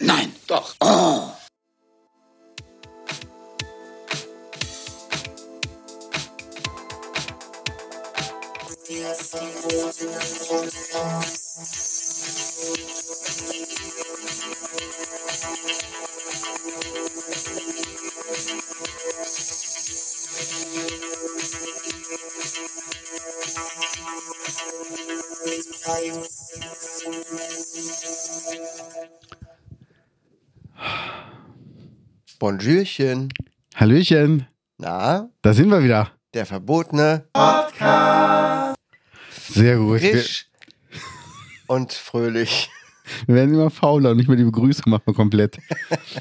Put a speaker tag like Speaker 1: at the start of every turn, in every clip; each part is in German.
Speaker 1: Nein, doch. Oh.
Speaker 2: Bonjourchen.
Speaker 3: Hallöchen,
Speaker 2: Na,
Speaker 3: da sind wir wieder.
Speaker 2: der verbotene
Speaker 3: Sehr gut. Wir,
Speaker 2: Frisch und fröhlich.
Speaker 3: wir werden immer fauler und nicht mehr die Begrüßung machen wir komplett.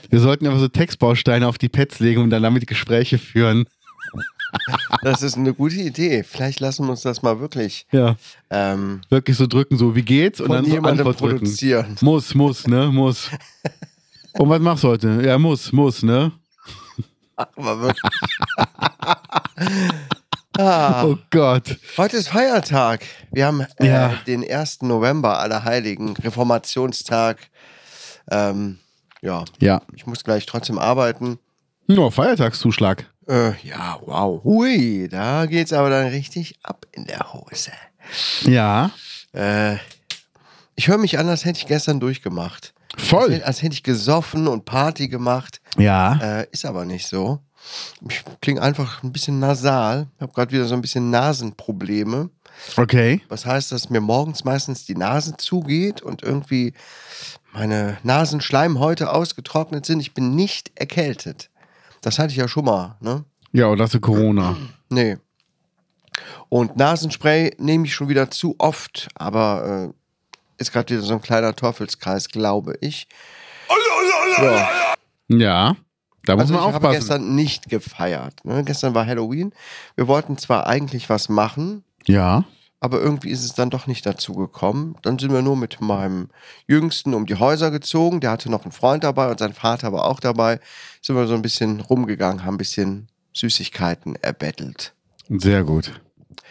Speaker 3: Wir sollten einfach so Textbausteine auf die Pads legen und dann damit Gespräche führen.
Speaker 2: Das ist eine gute Idee. Vielleicht lassen wir uns das mal wirklich
Speaker 3: Ja.
Speaker 2: ähm,
Speaker 3: Wirklich so drücken, so wie geht's und
Speaker 2: von
Speaker 3: dann so
Speaker 2: jemandem
Speaker 3: Antwort drücken.
Speaker 2: produzieren.
Speaker 3: Muss, muss, ne? Muss. Und was machst du heute? Ja, muss, muss, ne?
Speaker 2: Aber wirklich. ah,
Speaker 3: Oh Gott.
Speaker 2: heute ist Feiertag. Wir haben äh,
Speaker 3: Ja.
Speaker 2: den 1. November, Allerheiligen, Reformationstag. Ähm, ja,
Speaker 3: Ja.
Speaker 2: ich muss gleich trotzdem arbeiten.
Speaker 3: Nur Feiertagszuschlag.
Speaker 2: Äh, ja, wow. Hui, da geht's aber dann richtig ab in der Hose.
Speaker 3: Ja.
Speaker 2: Äh, ich höre mich an, als hätte ich gestern durchgemacht. Als,
Speaker 3: Voll.
Speaker 2: hätte- als hätte ich gesoffen und Party gemacht.
Speaker 3: Ja.
Speaker 2: Äh, ist aber nicht so. Ich klinge einfach ein bisschen nasal. Ich habe gerade wieder so ein bisschen Nasenprobleme.
Speaker 3: Okay.
Speaker 2: Was heißt, dass mir morgens meistens die Nase zugeht und irgendwie meine Nasenschleimhäute ausgetrocknet sind. Ich bin nicht erkältet. Das hatte ich ja schon mal, ne?
Speaker 3: Ja, und das ist Corona.
Speaker 2: Nee. Und Nasenspray nehme ich schon wieder zu oft, aber äh, ist gerade wieder so ein kleiner Teufelskreis, glaube ich. Ja.
Speaker 3: Ja. Da muss
Speaker 2: Also ich
Speaker 3: man
Speaker 2: habe
Speaker 3: aufpassen.
Speaker 2: gestern nicht gefeiert. Ne? Gestern war Halloween. Wir wollten zwar eigentlich was machen,
Speaker 3: Ja.
Speaker 2: aber irgendwie ist es dann doch nicht dazu gekommen. Dann sind wir nur mit meinem Jüngsten um die Häuser gezogen. Der hatte noch einen Freund dabei und sein Vater war auch dabei. Sind wir so ein bisschen rumgegangen, haben ein bisschen Süßigkeiten erbettelt.
Speaker 3: Sehr gut.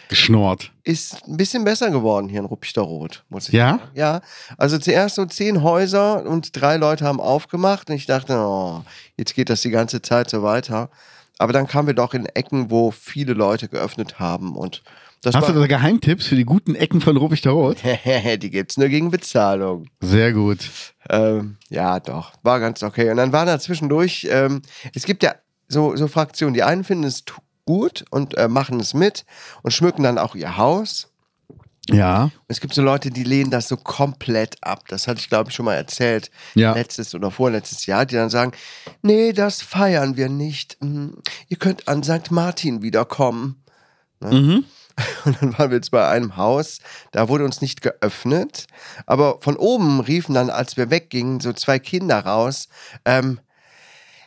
Speaker 3: Geschnort.
Speaker 2: ist ein bisschen besser geworden hier in Ruppichteroth, muss ich
Speaker 3: Ja?
Speaker 2: sagen. Ja, also zuerst so zehn Häuser und drei Leute haben aufgemacht und ich dachte, oh, jetzt geht das die ganze Zeit so weiter. Aber dann kamen wir doch in Ecken, wo viele Leute geöffnet haben und das
Speaker 3: Hast du
Speaker 2: war,
Speaker 3: da Geheimtipps für die guten Ecken von Ruppig der Rot?
Speaker 2: die gibt's nur gegen Bezahlung.
Speaker 3: Sehr gut.
Speaker 2: Ähm, ja, doch, war ganz okay. Und dann waren da zwischendurch, ähm, es gibt ja so, so Fraktionen, die einen finden es t- gut und äh, machen es mit und schmücken dann auch ihr Haus.
Speaker 3: Ja.
Speaker 2: Es gibt so Leute, die lehnen das so komplett ab. Das hatte ich, glaube ich, schon mal erzählt.
Speaker 3: Ja.
Speaker 2: Letztes oder vorletztes Jahr, die dann sagen: Nee, das feiern wir nicht. Hm, Ihr könnt an St. Martin wiederkommen.
Speaker 3: Mhm.
Speaker 2: Und dann waren wir jetzt bei einem Haus, da wurde uns nicht geöffnet. Aber von oben riefen dann, als wir weggingen, so zwei Kinder raus: ähm,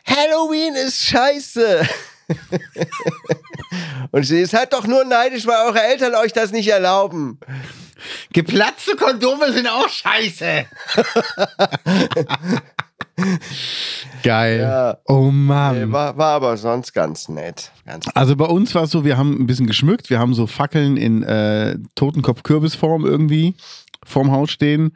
Speaker 2: Halloween ist scheiße. Und sie ist halt doch nur neidisch, weil eure Eltern euch das nicht erlauben.
Speaker 3: Geplatzte Kondome sind auch scheiße. Geil.
Speaker 2: Ja.
Speaker 3: Oh Mann.
Speaker 2: Nee, Äh, War, war aber sonst ganz nett. Ganz
Speaker 3: Also bei uns war es so, wir haben ein bisschen geschmückt, wir haben so Fackeln in äh, Totenkopf-Kürbisform irgendwie vorm Haus stehen.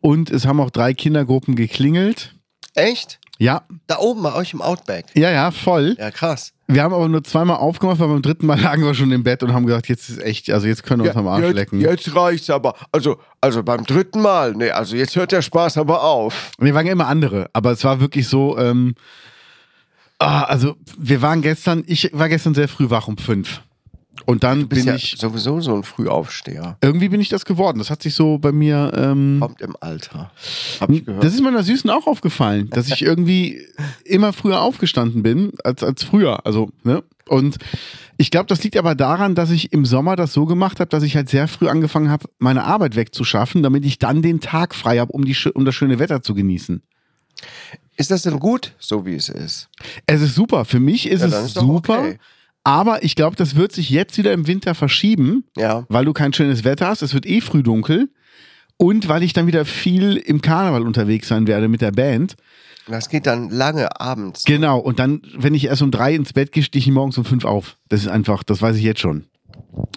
Speaker 3: Und es haben auch drei Kindergruppen geklingelt.
Speaker 2: Echt?
Speaker 3: Ja,
Speaker 2: Da oben bei euch im Outback.
Speaker 3: ja, ja, voll.
Speaker 2: Ja, krass.
Speaker 3: Wir haben aber nur zweimal aufgemacht, weil beim dritten Mal lagen wir schon im Bett und haben gesagt, jetzt ist echt, also jetzt können wir uns am Arsch lecken.
Speaker 2: jetzt reicht's aber. Also, also beim dritten Mal. Nee, also jetzt hört der Spaß aber auf.
Speaker 3: Wir waren ja immer andere, aber es war wirklich so, ähm, ah, also wir waren gestern, ich war gestern sehr früh wach um fünf. Und dann
Speaker 2: Du bist
Speaker 3: bin
Speaker 2: ja
Speaker 3: ich,
Speaker 2: sowieso so ein Frühaufsteher.
Speaker 3: irgendwie bin ich das geworden. Das hat sich so bei mir, ähm,
Speaker 2: Kommt im Alter. Hm, Hab ich gehört.
Speaker 3: das ist meiner Süßen auch aufgefallen, dass ich irgendwie immer früher aufgestanden bin als, als früher. Also, ne? Und ich glaube, das liegt aber daran, dass ich im Sommer das so gemacht habe, dass ich halt sehr früh angefangen habe, meine Arbeit wegzuschaffen, damit ich dann den Tag frei habe, um, die schö- um das schöne Wetter zu genießen.
Speaker 2: ist das denn gut, so wie es ist?
Speaker 3: Es ist super. Für mich ist
Speaker 2: Ja, dann
Speaker 3: es
Speaker 2: ist doch
Speaker 3: super.
Speaker 2: okay.
Speaker 3: Aber ich glaube, das wird sich jetzt wieder im Winter verschieben,
Speaker 2: Ja.
Speaker 3: weil du kein schönes Wetter hast. Es wird eh früh dunkel. Und weil ich dann wieder viel im Karneval unterwegs sein werde mit der Band.
Speaker 2: Das geht dann lange abends.
Speaker 3: Genau. Und dann, wenn ich erst um drei ins Bett gehe, stehe ich morgens um fünf auf. Das ist einfach, das weiß ich jetzt schon.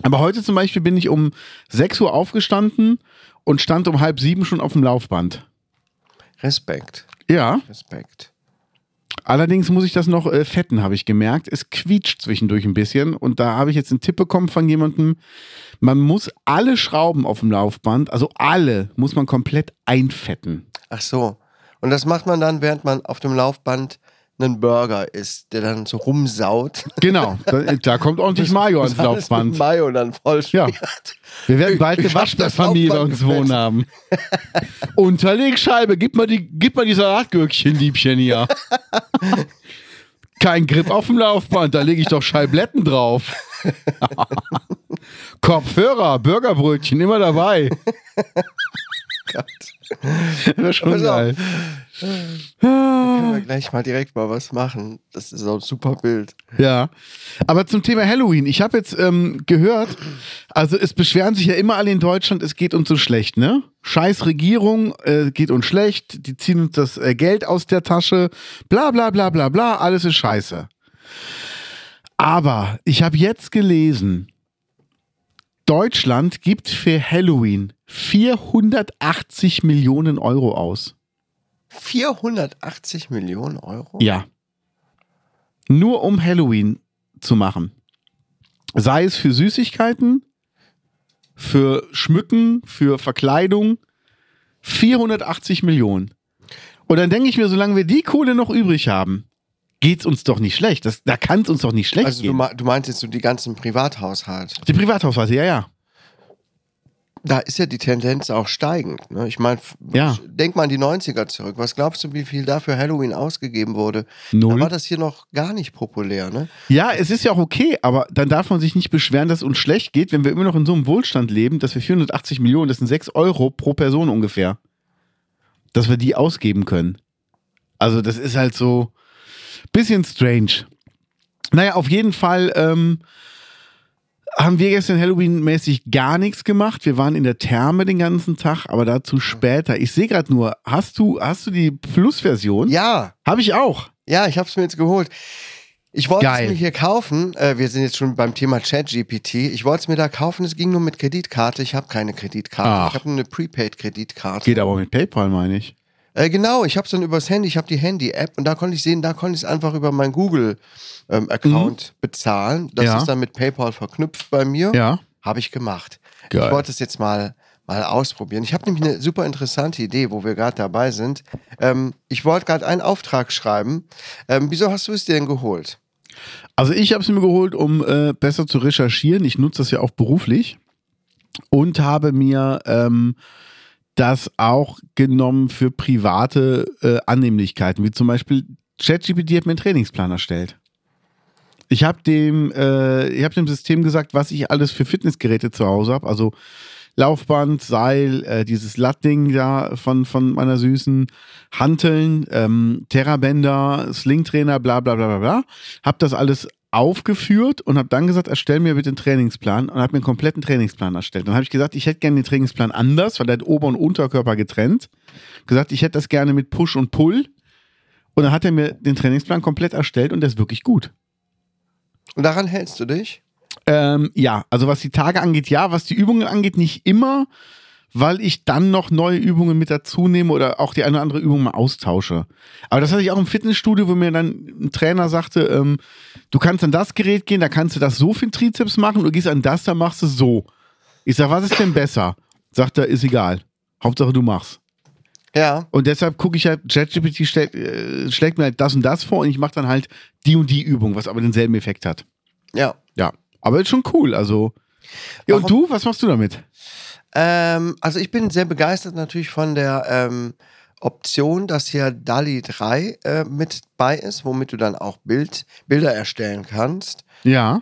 Speaker 3: Aber heute zum Beispiel bin ich um sechs Uhr aufgestanden und stand um halb sieben schon auf dem Laufband.
Speaker 2: Respekt.
Speaker 3: Ja.
Speaker 2: Respekt.
Speaker 3: Allerdings muss ich das noch äh, fetten, habe ich gemerkt. Es quietscht zwischendurch ein bisschen. Und da habe ich jetzt einen Tipp bekommen von jemandem. Man muss alle Schrauben auf dem Laufband, also alle, muss man komplett einfetten.
Speaker 2: Ach so. Und das macht man dann, während man auf dem Laufband einen Burger isst, der dann so rumsaut.
Speaker 3: Genau, da, da kommt ordentlich Mayo ans
Speaker 2: Das alles mit
Speaker 3: Laufband.
Speaker 2: Mayo dann voll
Speaker 3: Ja.
Speaker 2: schmiert.
Speaker 3: Wir werden bald
Speaker 2: Ich-
Speaker 3: eine
Speaker 2: ich hab das
Speaker 3: Waschbärfamilie bei
Speaker 2: Laufband
Speaker 3: uns wohnen haben. Unterlegscheibe, gib mal die, gib mal die Salatgürkchen, Liebchen hier. Kein Grip auf dem Laufband, da lege ich doch Scheibletten drauf. Kopfhörer, Burgerbrötchen, immer dabei.
Speaker 2: Gott.
Speaker 3: Das wär schon
Speaker 2: Pass auf.
Speaker 3: geil.
Speaker 2: Können wir gleich mal direkt mal was machen. Das ist auch ein super Bild.
Speaker 3: Ja. Aber zum Thema Halloween. Ich habe jetzt ähm, gehört, also es beschweren sich ja immer alle in Deutschland, es geht uns so schlecht, ne? Scheiß Regierung, äh, geht uns schlecht, die ziehen uns das äh, Geld aus der Tasche, bla bla bla bla bla, alles ist scheiße. Aber ich habe jetzt gelesen, Deutschland gibt für Halloween 480 Millionen Euro aus.
Speaker 2: 480 Millionen Euro?
Speaker 3: Ja. Nur um Halloween zu machen. Sei es für Süßigkeiten, für Schmücken, für Verkleidung. 480 Millionen. Und dann denke ich mir, solange wir die Kohle noch übrig haben, geht's uns doch nicht schlecht. Das, da kann es uns doch nicht schlecht
Speaker 2: Also du,
Speaker 3: gehen.
Speaker 2: ma- du meinst jetzt so die ganzen Privathaushalte.
Speaker 3: Die Privathaushalte, ja, ja.
Speaker 2: Da ist ja die Tendenz auch steigend. Ne? Ich meine, f-
Speaker 3: Ja.
Speaker 2: denk mal an die 90er zurück. Was glaubst du, wie viel da für Halloween ausgegeben wurde?
Speaker 3: Null.
Speaker 2: Da war das hier noch gar nicht populär. Ne?
Speaker 3: Ja, es ist ja auch okay, aber dann darf man sich nicht beschweren, dass es uns schlecht geht, wenn wir immer noch in so einem Wohlstand leben, dass wir 480 Millionen, das sind 6 Euro pro Person ungefähr, dass wir die ausgeben können. Also das ist halt so bisschen strange. Naja, auf jeden Fall ähm, haben wir gestern Halloween-mäßig gar nichts gemacht. Wir waren in der Therme den ganzen Tag, aber dazu später. Ich sehe gerade nur, hast du, hast du die Plus-Version?
Speaker 2: Ja,
Speaker 3: Habe ich auch.
Speaker 2: ja, ich habe es mir jetzt geholt. Ich wollte
Speaker 3: Geil.
Speaker 2: es mir hier kaufen. Äh, wir sind jetzt schon beim Thema ChatGPT. Ich wollte es mir da kaufen. Es ging nur mit Kreditkarte. Ich habe keine Kreditkarte.
Speaker 3: Ach.
Speaker 2: Ich habe nur eine Prepaid-Kreditkarte.
Speaker 3: Geht aber mit PayPal, meine ich.
Speaker 2: Äh, genau, ich habe es dann übers Handy, ich habe die Handy-App und da konnte ich sehen, da konnte ich es einfach über meinen Google-Account bezahlen. Das
Speaker 3: Mhm. Ja.
Speaker 2: ist dann mit PayPal verknüpft bei mir.
Speaker 3: Ja.
Speaker 2: Habe ich gemacht.
Speaker 3: Geil.
Speaker 2: Ich wollte es jetzt mal, mal ausprobieren. Ich habe nämlich eine super interessante Idee, wo wir gerade dabei sind. Ähm, ich wollte gerade einen Auftrag schreiben. Ähm, wieso hast du es dir denn geholt?
Speaker 3: Also ich habe es mir geholt, um äh, besser zu recherchieren. Ich nutze das ja auch beruflich und habe mir ähm, das auch genommen für private äh, Annehmlichkeiten, wie zum Beispiel ChatGPT hat mir einen Trainingsplan erstellt. Ich habe dem, äh, ich hab dem System gesagt, was ich alles für Fitnessgeräte zu Hause habe. Also Laufband, Seil, äh, dieses Lattding da von, von meiner Süßen, Hanteln, ähm, Terrabänder, Slingtrainer, bla bla bla bla bla. Hab das alles aufgeführt und habe dann gesagt, erstell mir bitte einen Trainingsplan und habe mir einen kompletten Trainingsplan erstellt. Dann habe ich gesagt, ich hätte gerne den Trainingsplan anders, weil der hat Ober- und Unterkörper getrennt. Gesagt, ich hätte das gerne mit Push und Pull. Und dann hat er mir den Trainingsplan komplett erstellt und der ist wirklich gut.
Speaker 2: Und daran hältst du dich?
Speaker 3: Ähm, ja, also was die Tage angeht, ja, was die Übungen angeht, nicht immer, weil ich dann noch neue Übungen mit dazu nehme oder auch die eine oder andere Übung mal austausche. Aber das hatte ich auch im Fitnessstudio, wo mir dann ein Trainer sagte, ähm, du kannst an das Gerät gehen, da kannst du das so für den Trizeps machen, du gehst an das, da machst du es so. Ich sag, was ist denn besser? Sagt er, ist egal. Hauptsache du machst.
Speaker 2: Ja.
Speaker 3: Und deshalb gucke ich halt, ChatGPT schlägt, äh, schlägt mir halt das und das vor und ich mache dann halt die und die Übung, was aber denselben Effekt hat.
Speaker 2: Ja.
Speaker 3: Ja, aber ist schon cool. Also. Ja, und du, was machst du damit?
Speaker 2: Ähm, also ich bin sehr begeistert natürlich von der ähm, Option, dass hier DALI 3 äh, mit bei ist, womit du dann auch Bild, Bilder erstellen kannst.
Speaker 3: Ja.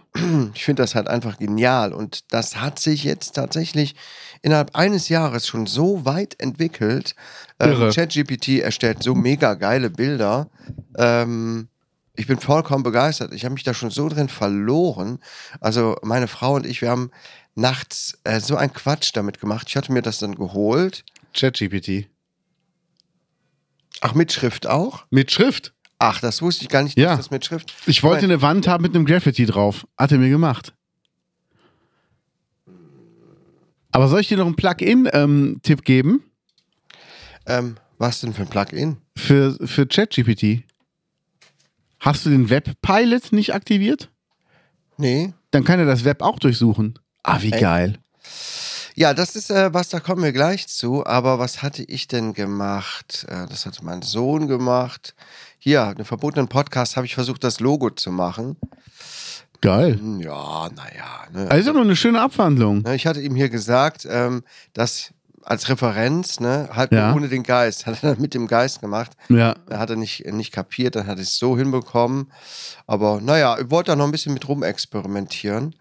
Speaker 2: Ich finde das halt einfach genial und das hat sich jetzt tatsächlich innerhalb eines Jahres schon so weit entwickelt. Ähm,
Speaker 3: Irre.
Speaker 2: ChatGPT erstellt so mega geile Bilder. Ähm, ich bin vollkommen begeistert. Ich habe mich da schon so drin verloren. Also meine Frau und ich, wir haben nachts äh, so einen Quatsch damit gemacht. Ich hatte mir das dann geholt.
Speaker 3: ChatGPT.
Speaker 2: Ach, mit Schrift auch?
Speaker 3: Mit Schrift.
Speaker 2: Ach, das wusste ich gar nicht, dass
Speaker 3: Ja.
Speaker 2: das mit Schrift.
Speaker 3: Ich wollte eine Wand haben mit einem Graffiti drauf. Hat er mir gemacht. ähm, Aber soll ich dir noch einen Plug-in-Tipp geben?
Speaker 2: Ähm, Was denn für ein Plugin?
Speaker 3: für, für ChatGPT. Hast du den Webpilot nicht aktiviert?
Speaker 2: Nee.
Speaker 3: Dann kann er das Web auch durchsuchen. Ah, wie
Speaker 2: Ey.
Speaker 3: geil.
Speaker 2: Ja, das ist äh, was, da kommen wir gleich zu. Aber was hatte ich denn gemacht? Äh, das hatte mein Sohn gemacht. Hier, einen verbotenen Podcast habe ich versucht, das Logo zu machen.
Speaker 3: Geil.
Speaker 2: Hm, Ja, naja. Ne?
Speaker 3: Also nur eine schöne Abwandlung.
Speaker 2: Ne, Ich hatte ihm hier gesagt, ähm, dass als Referenz, ne, halt nur
Speaker 3: Ja.
Speaker 2: ohne den Geist, hat er mit dem Geist gemacht.
Speaker 3: Ja.
Speaker 2: Da hat er nicht, nicht kapiert, dann hat er es so hinbekommen. Aber naja, ich wollte da noch ein bisschen mit rumexperimentieren.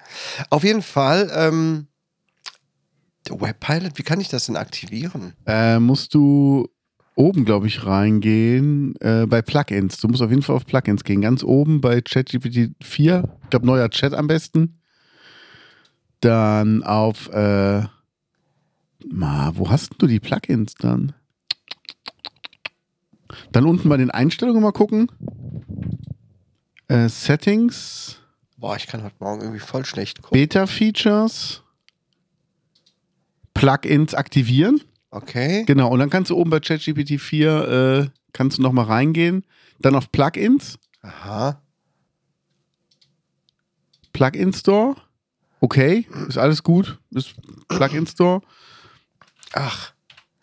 Speaker 2: Auf jeden Fall, ähm, der Webpilot, wie kann ich das denn aktivieren?
Speaker 3: Äh, musst du oben, glaube ich, reingehen äh, bei Plugins. Du musst auf jeden Fall auf Plugins gehen. Ganz oben bei ChatGPT 4. Ich glaube, neuer Chat am besten. Dann auf. Äh, ma, wo hast denn du die Plugins dann? Dann unten bei den Einstellungen mal gucken. Äh, Settings,
Speaker 2: Boah, ich kann heute Morgen irgendwie voll schlecht gucken.
Speaker 3: Beta-Features, Plugins aktivieren.
Speaker 2: Okay.
Speaker 3: Genau, und dann kannst du oben bei ChatGPT 4 äh, kannst du nochmal reingehen. Dann auf Plugins,
Speaker 2: Aha.
Speaker 3: Plugin Store. Okay, ist alles gut, ist Plugin Store.
Speaker 2: Ach,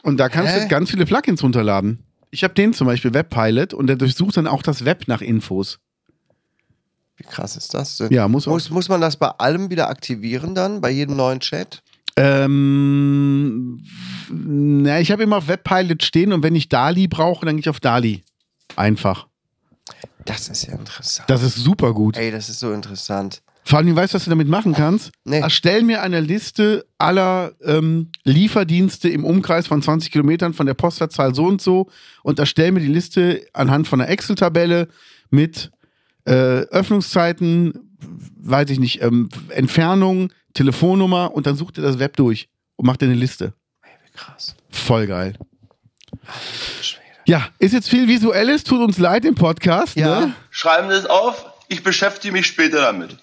Speaker 3: Und da kannst
Speaker 2: Hä?
Speaker 3: du jetzt ganz viele Plugins runterladen. Ich habe den zum Beispiel Webpilot und der durchsucht dann auch das Web nach Infos.
Speaker 2: wie krass ist das denn?
Speaker 3: Ja, muss,
Speaker 2: Muss, muss man das bei allem wieder aktivieren dann, bei jedem neuen Chat?
Speaker 3: Ähm, na, ich habe immer auf Webpilot stehen und wenn ich DALI brauche, dann gehe ich auf DALI. Einfach.
Speaker 2: Das ist ja interessant.
Speaker 3: Das ist super gut.
Speaker 2: Ey, das ist so interessant.
Speaker 3: Vor allem, weißt du, was du damit machen kannst?
Speaker 2: Nee.
Speaker 3: Erstell mir eine Liste aller ähm, Lieferdienste im Umkreis von 20 Kilometern von der Postleitzahl so und so und erstell mir die Liste anhand von einer Excel-Tabelle mit äh, Öffnungszeiten, weiß ich nicht, ähm, Entfernung, Telefonnummer und dann such dir das Web durch und mach dir eine Liste.
Speaker 2: Ey, wie krass.
Speaker 3: Voll geil.
Speaker 2: Schwede.
Speaker 3: Ja, ist jetzt viel Visuelles, tut uns leid im Podcast.
Speaker 2: Ja.
Speaker 3: Ne?
Speaker 1: Schreiben Sie es auf, ich beschäftige mich später damit.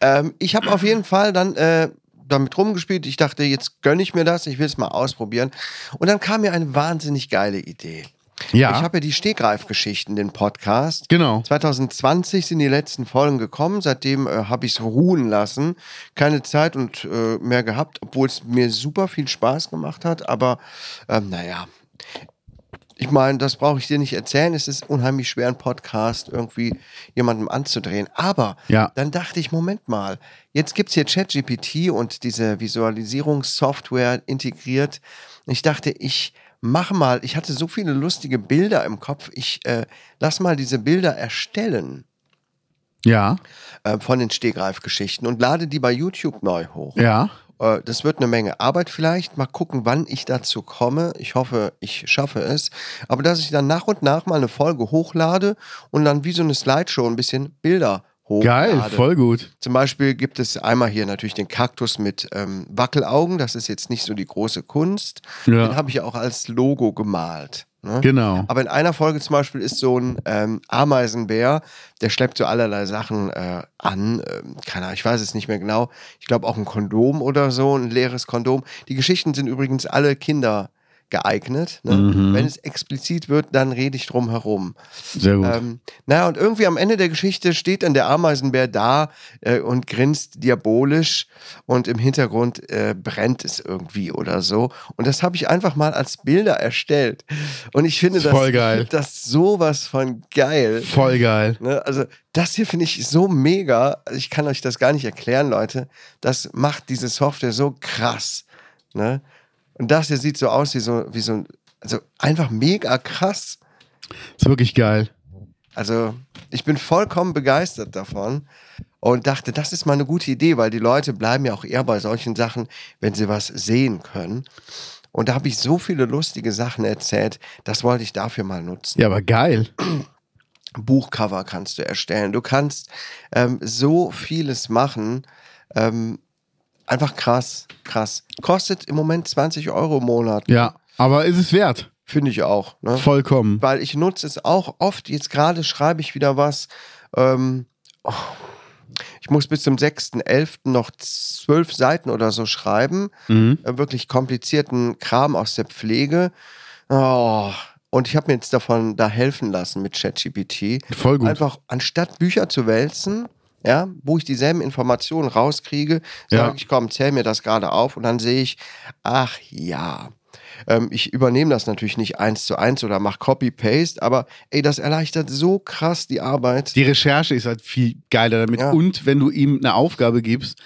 Speaker 2: Ähm, ich habe auf jeden Fall dann äh, damit rumgespielt. Ich dachte, jetzt gönne ich mir das, ich will es mal ausprobieren. Und dann kam mir eine wahnsinnig geile Idee.
Speaker 3: Ja,
Speaker 2: Ich habe ja die Stegreifgeschichten, den Podcast.
Speaker 3: genau.
Speaker 2: 2020 sind die letzten Folgen gekommen, seitdem äh, habe ich es ruhen lassen. Keine Zeit und äh, mehr gehabt, obwohl es mir super viel Spaß gemacht hat. Aber ähm, naja, ich meine, das brauche ich dir nicht erzählen. Es ist unheimlich schwer, einen Podcast irgendwie jemandem anzudrehen. Aber
Speaker 3: Ja.
Speaker 2: dann dachte ich, Moment mal, jetzt gibt es hier ChatGPT und diese Visualisierungssoftware integriert. Ich dachte, ich mache mal, ich hatte so viele lustige Bilder im Kopf, ich äh, lass mal diese Bilder erstellen
Speaker 3: Ja,
Speaker 2: äh, von den Stegreifgeschichten und lade die bei YouTube neu hoch.
Speaker 3: ja.
Speaker 2: Äh, Das wird eine Menge Arbeit vielleicht. Mal gucken, wann ich dazu komme. Ich hoffe, ich schaffe es. Aber dass ich dann nach und nach mal eine Folge hochlade und dann wie so eine Slideshow ein bisschen Bilder hochlade.
Speaker 3: Geil, voll gut.
Speaker 2: Zum Beispiel gibt es einmal hier natürlich den Kaktus mit ähm, Wackelaugen. Das ist jetzt nicht so die große Kunst. Den
Speaker 3: Ja,
Speaker 2: habe ich ja auch als Logo gemalt. Ne?
Speaker 3: genau.
Speaker 2: Aber in einer Folge zum Beispiel ist so ein ähm, Ameisenbär, der schleppt so allerlei Sachen äh, an. Ähm, keine Ahnung, ich weiß es nicht mehr genau. Ich glaube auch ein Kondom oder so, ein leeres Kondom. Die Geschichten sind übrigens alle Kinder geeignet. Ne?
Speaker 3: Mhm.
Speaker 2: Wenn es explizit wird, dann rede ich drum herum.
Speaker 3: Sehr gut.
Speaker 2: Ähm, naja, und irgendwie am Ende der Geschichte steht dann der Ameisenbär da äh, und grinst diabolisch und im Hintergrund äh, brennt es irgendwie oder so. Und das habe ich einfach mal als Bilder erstellt. Und ich finde das,
Speaker 3: Voll geil.
Speaker 2: ich finde das sowas von geil.
Speaker 3: Voll geil.
Speaker 2: Ne? Also das hier finde ich so mega. Also, Ich kann euch das gar nicht erklären, Leute. Das macht diese Software so krass. Ne? Und das hier sieht so aus wie so, wie so ein, also einfach mega krass.
Speaker 3: Ist wirklich geil.
Speaker 2: Also, ich bin vollkommen begeistert davon und dachte, das ist mal eine gute Idee, weil die Leute bleiben ja auch eher bei solchen Sachen, wenn sie was sehen können. Und da habe ich so viele lustige Sachen erzählt, das wollte ich dafür mal nutzen.
Speaker 3: Ja, aber geil.
Speaker 2: Buchcover kannst du erstellen, du kannst ähm, so vieles machen. Ähm, einfach krass, krass. Kostet im Moment 20 Euro im Monat,
Speaker 3: Ja, aber ist es wert?
Speaker 2: finde ich auch. Ne?
Speaker 3: Vollkommen.
Speaker 2: weil ich nutze es auch oft. Jetzt gerade schreibe ich wieder was. Ähm, oh, ich muss bis zum 6.11. noch zwölf Seiten oder so schreiben.
Speaker 3: Mhm.
Speaker 2: Äh, wirklich komplizierten Kram aus der Pflege. Oh, und ich habe mir jetzt davon da helfen lassen mit ChatGPT.
Speaker 3: Voll gut.
Speaker 2: Einfach anstatt Bücher zu wälzen, ja, wo ich dieselben Informationen rauskriege, sage
Speaker 3: Ja.
Speaker 2: ich, komm, zähl mir das gerade auf und dann sehe ich, ach ja. Ähm, ich übernehme das natürlich nicht eins zu eins oder mache Copy-Paste, aber ey, das erleichtert so krass die Arbeit.
Speaker 3: Die Recherche ist halt viel geiler damit.
Speaker 2: Ja.
Speaker 3: Und wenn du ihm eine Aufgabe gibst,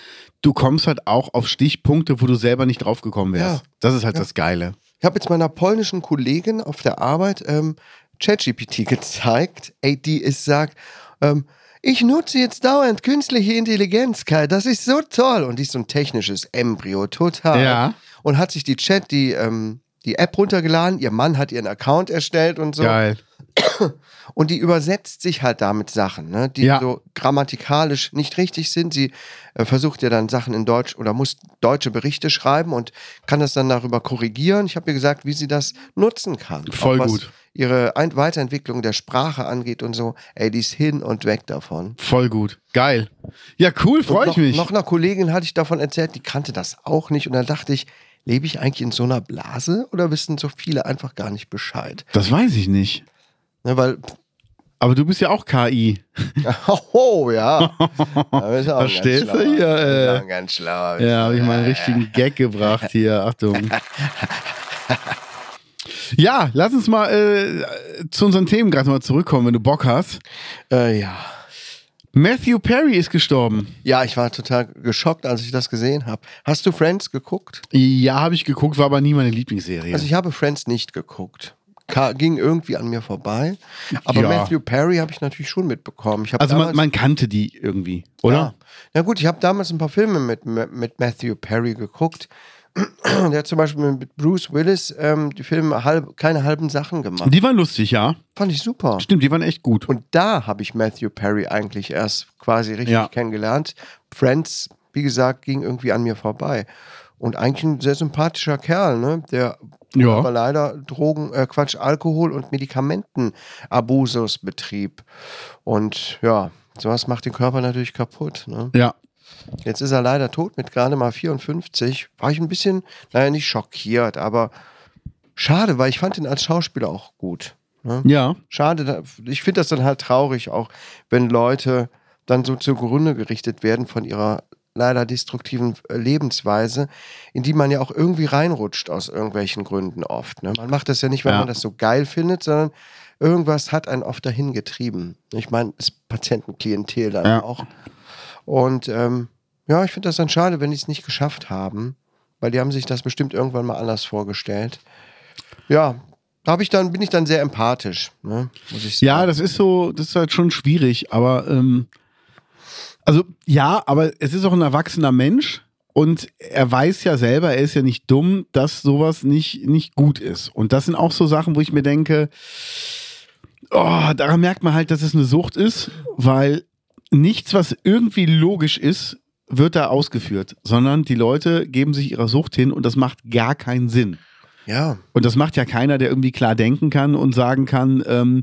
Speaker 3: du kommst halt auch auf Stichpunkte, wo du selber nicht draufgekommen wärst.
Speaker 2: Ja.
Speaker 3: Das ist halt das Geile.
Speaker 2: Ich habe jetzt meiner polnischen Kollegin auf der Arbeit ähm, ChatGPT gezeigt. Ey, die ist sagt, ähm, ich nutze jetzt dauernd künstliche Intelligenz, Kai. Das ist so toll. Und die ist so ein technisches Embryo, total.
Speaker 3: Ja.
Speaker 2: Und hat sich die Chat, die, ähm, die App runtergeladen. Ihr Mann hat ihren Account erstellt und so.
Speaker 3: Geil.
Speaker 2: Und die übersetzt sich halt damit Sachen, ne, die
Speaker 3: Ja.
Speaker 2: so grammatikalisch nicht richtig sind. Sie äh, versucht ja dann Sachen in Deutsch oder muss deutsche Berichte schreiben und kann das dann darüber korrigieren. Ich habe ihr gesagt, wie sie das nutzen kann.
Speaker 3: Voll
Speaker 2: Auch was
Speaker 3: gut.
Speaker 2: Ihre Ein Weiterentwicklung der Sprache angeht und so. Ey, die ist hin und weg davon.
Speaker 3: Voll gut. Geil. Ja, cool, freue
Speaker 2: Und noch,
Speaker 3: ich mich.
Speaker 2: Noch einer Kollegin hatte ich davon erzählt, die kannte das auch nicht. Und dann dachte ich, lebe ich eigentlich in so einer Blase oder wissen so viele einfach gar nicht Bescheid?
Speaker 3: Das weiß ich nicht.
Speaker 2: Ne, weil,
Speaker 3: Aber du bist ja auch KI.
Speaker 2: oh ja. Da bist auch ein ganz
Speaker 3: Verstehst du
Speaker 2: schlauer.
Speaker 3: hier,
Speaker 2: Da bist
Speaker 3: äh,
Speaker 2: auch ein ganz schlauer.
Speaker 3: Ja, habe ich mal einen richtigen Gag gebracht hier. Achtung. Ja, lass uns mal äh, zu unseren Themen gerade mal zurückkommen, wenn du Bock hast.
Speaker 2: Äh, ja.
Speaker 3: Matthew Perry ist gestorben.
Speaker 2: ja, ich war total geschockt, als ich das gesehen habe. Hast du Friends geguckt?
Speaker 3: Ja, habe ich geguckt, war aber nie meine Lieblingsserie.
Speaker 2: Also ich habe Friends nicht geguckt. Ka ging irgendwie an mir vorbei. Aber
Speaker 3: Ja.
Speaker 2: Matthew Perry habe ich natürlich schon mitbekommen. Ich habe
Speaker 3: also man,
Speaker 2: damals,
Speaker 3: man kannte die irgendwie,
Speaker 2: Ja.
Speaker 3: oder?
Speaker 2: Na gut, ich habe damals ein paar Filme mit, mit Matthew Perry geguckt. Der hat zum Beispiel mit Bruce Willis ähm, die Filme halb, keine halben Sachen gemacht.
Speaker 3: Die waren lustig, ja.
Speaker 2: Fand ich super.
Speaker 3: Stimmt, die waren echt gut.
Speaker 2: Und da habe ich Matthew Perry eigentlich erst quasi richtig
Speaker 3: Ja.
Speaker 2: kennengelernt. Friends, wie gesagt, ging irgendwie an mir vorbei. Und eigentlich ein sehr sympathischer Kerl, ne? der
Speaker 3: Ja.
Speaker 2: aber leider Drogen, äh Quatsch, Alkohol und Medikamentenabusus betrieb. Und ja, sowas macht den Körper natürlich kaputt. Ne?
Speaker 3: ja.
Speaker 2: Jetzt ist er leider tot mit gerade mal 54. War ich ein bisschen, naja, nicht schockiert, aber schade, weil ich fand ihn als Schauspieler auch gut. Ne?
Speaker 3: Ja.
Speaker 2: schade. da- Ich finde das dann halt traurig, auch wenn Leute dann so zugrunde gerichtet werden von ihrer leider destruktiven äh, Lebensweise, in die man ja auch irgendwie reinrutscht aus irgendwelchen Gründen oft. Ne? Man macht das ja nicht, weil
Speaker 3: Ja.
Speaker 2: man das so geil findet, sondern irgendwas hat einen oft dahin getrieben. Ich meine, das Patientenklientel dann
Speaker 3: Ja.
Speaker 2: auch. Und ähm, ja, ich finde das dann schade, wenn die es nicht geschafft haben, weil die haben sich das bestimmt irgendwann mal anders vorgestellt. Ja, da hab ich dann, bin ich dann sehr empathisch, ne? muss ich sagen.
Speaker 3: Ja, das ist so, das ist halt schon schwierig, aber ähm, also ja, aber es ist auch ein erwachsener Mensch und er weiß ja selber, er ist ja nicht dumm, dass sowas nicht, nicht gut ist. Und das sind auch so Sachen, wo ich mir denke, oh, daran merkt man halt, dass es eine Sucht ist, weil nichts, was irgendwie logisch ist, wird da ausgeführt, sondern die Leute geben sich ihrer Sucht hin und das macht gar keinen Sinn.
Speaker 2: ja.
Speaker 3: Und das macht ja keiner, der irgendwie klar denken kann und sagen kann, ähm,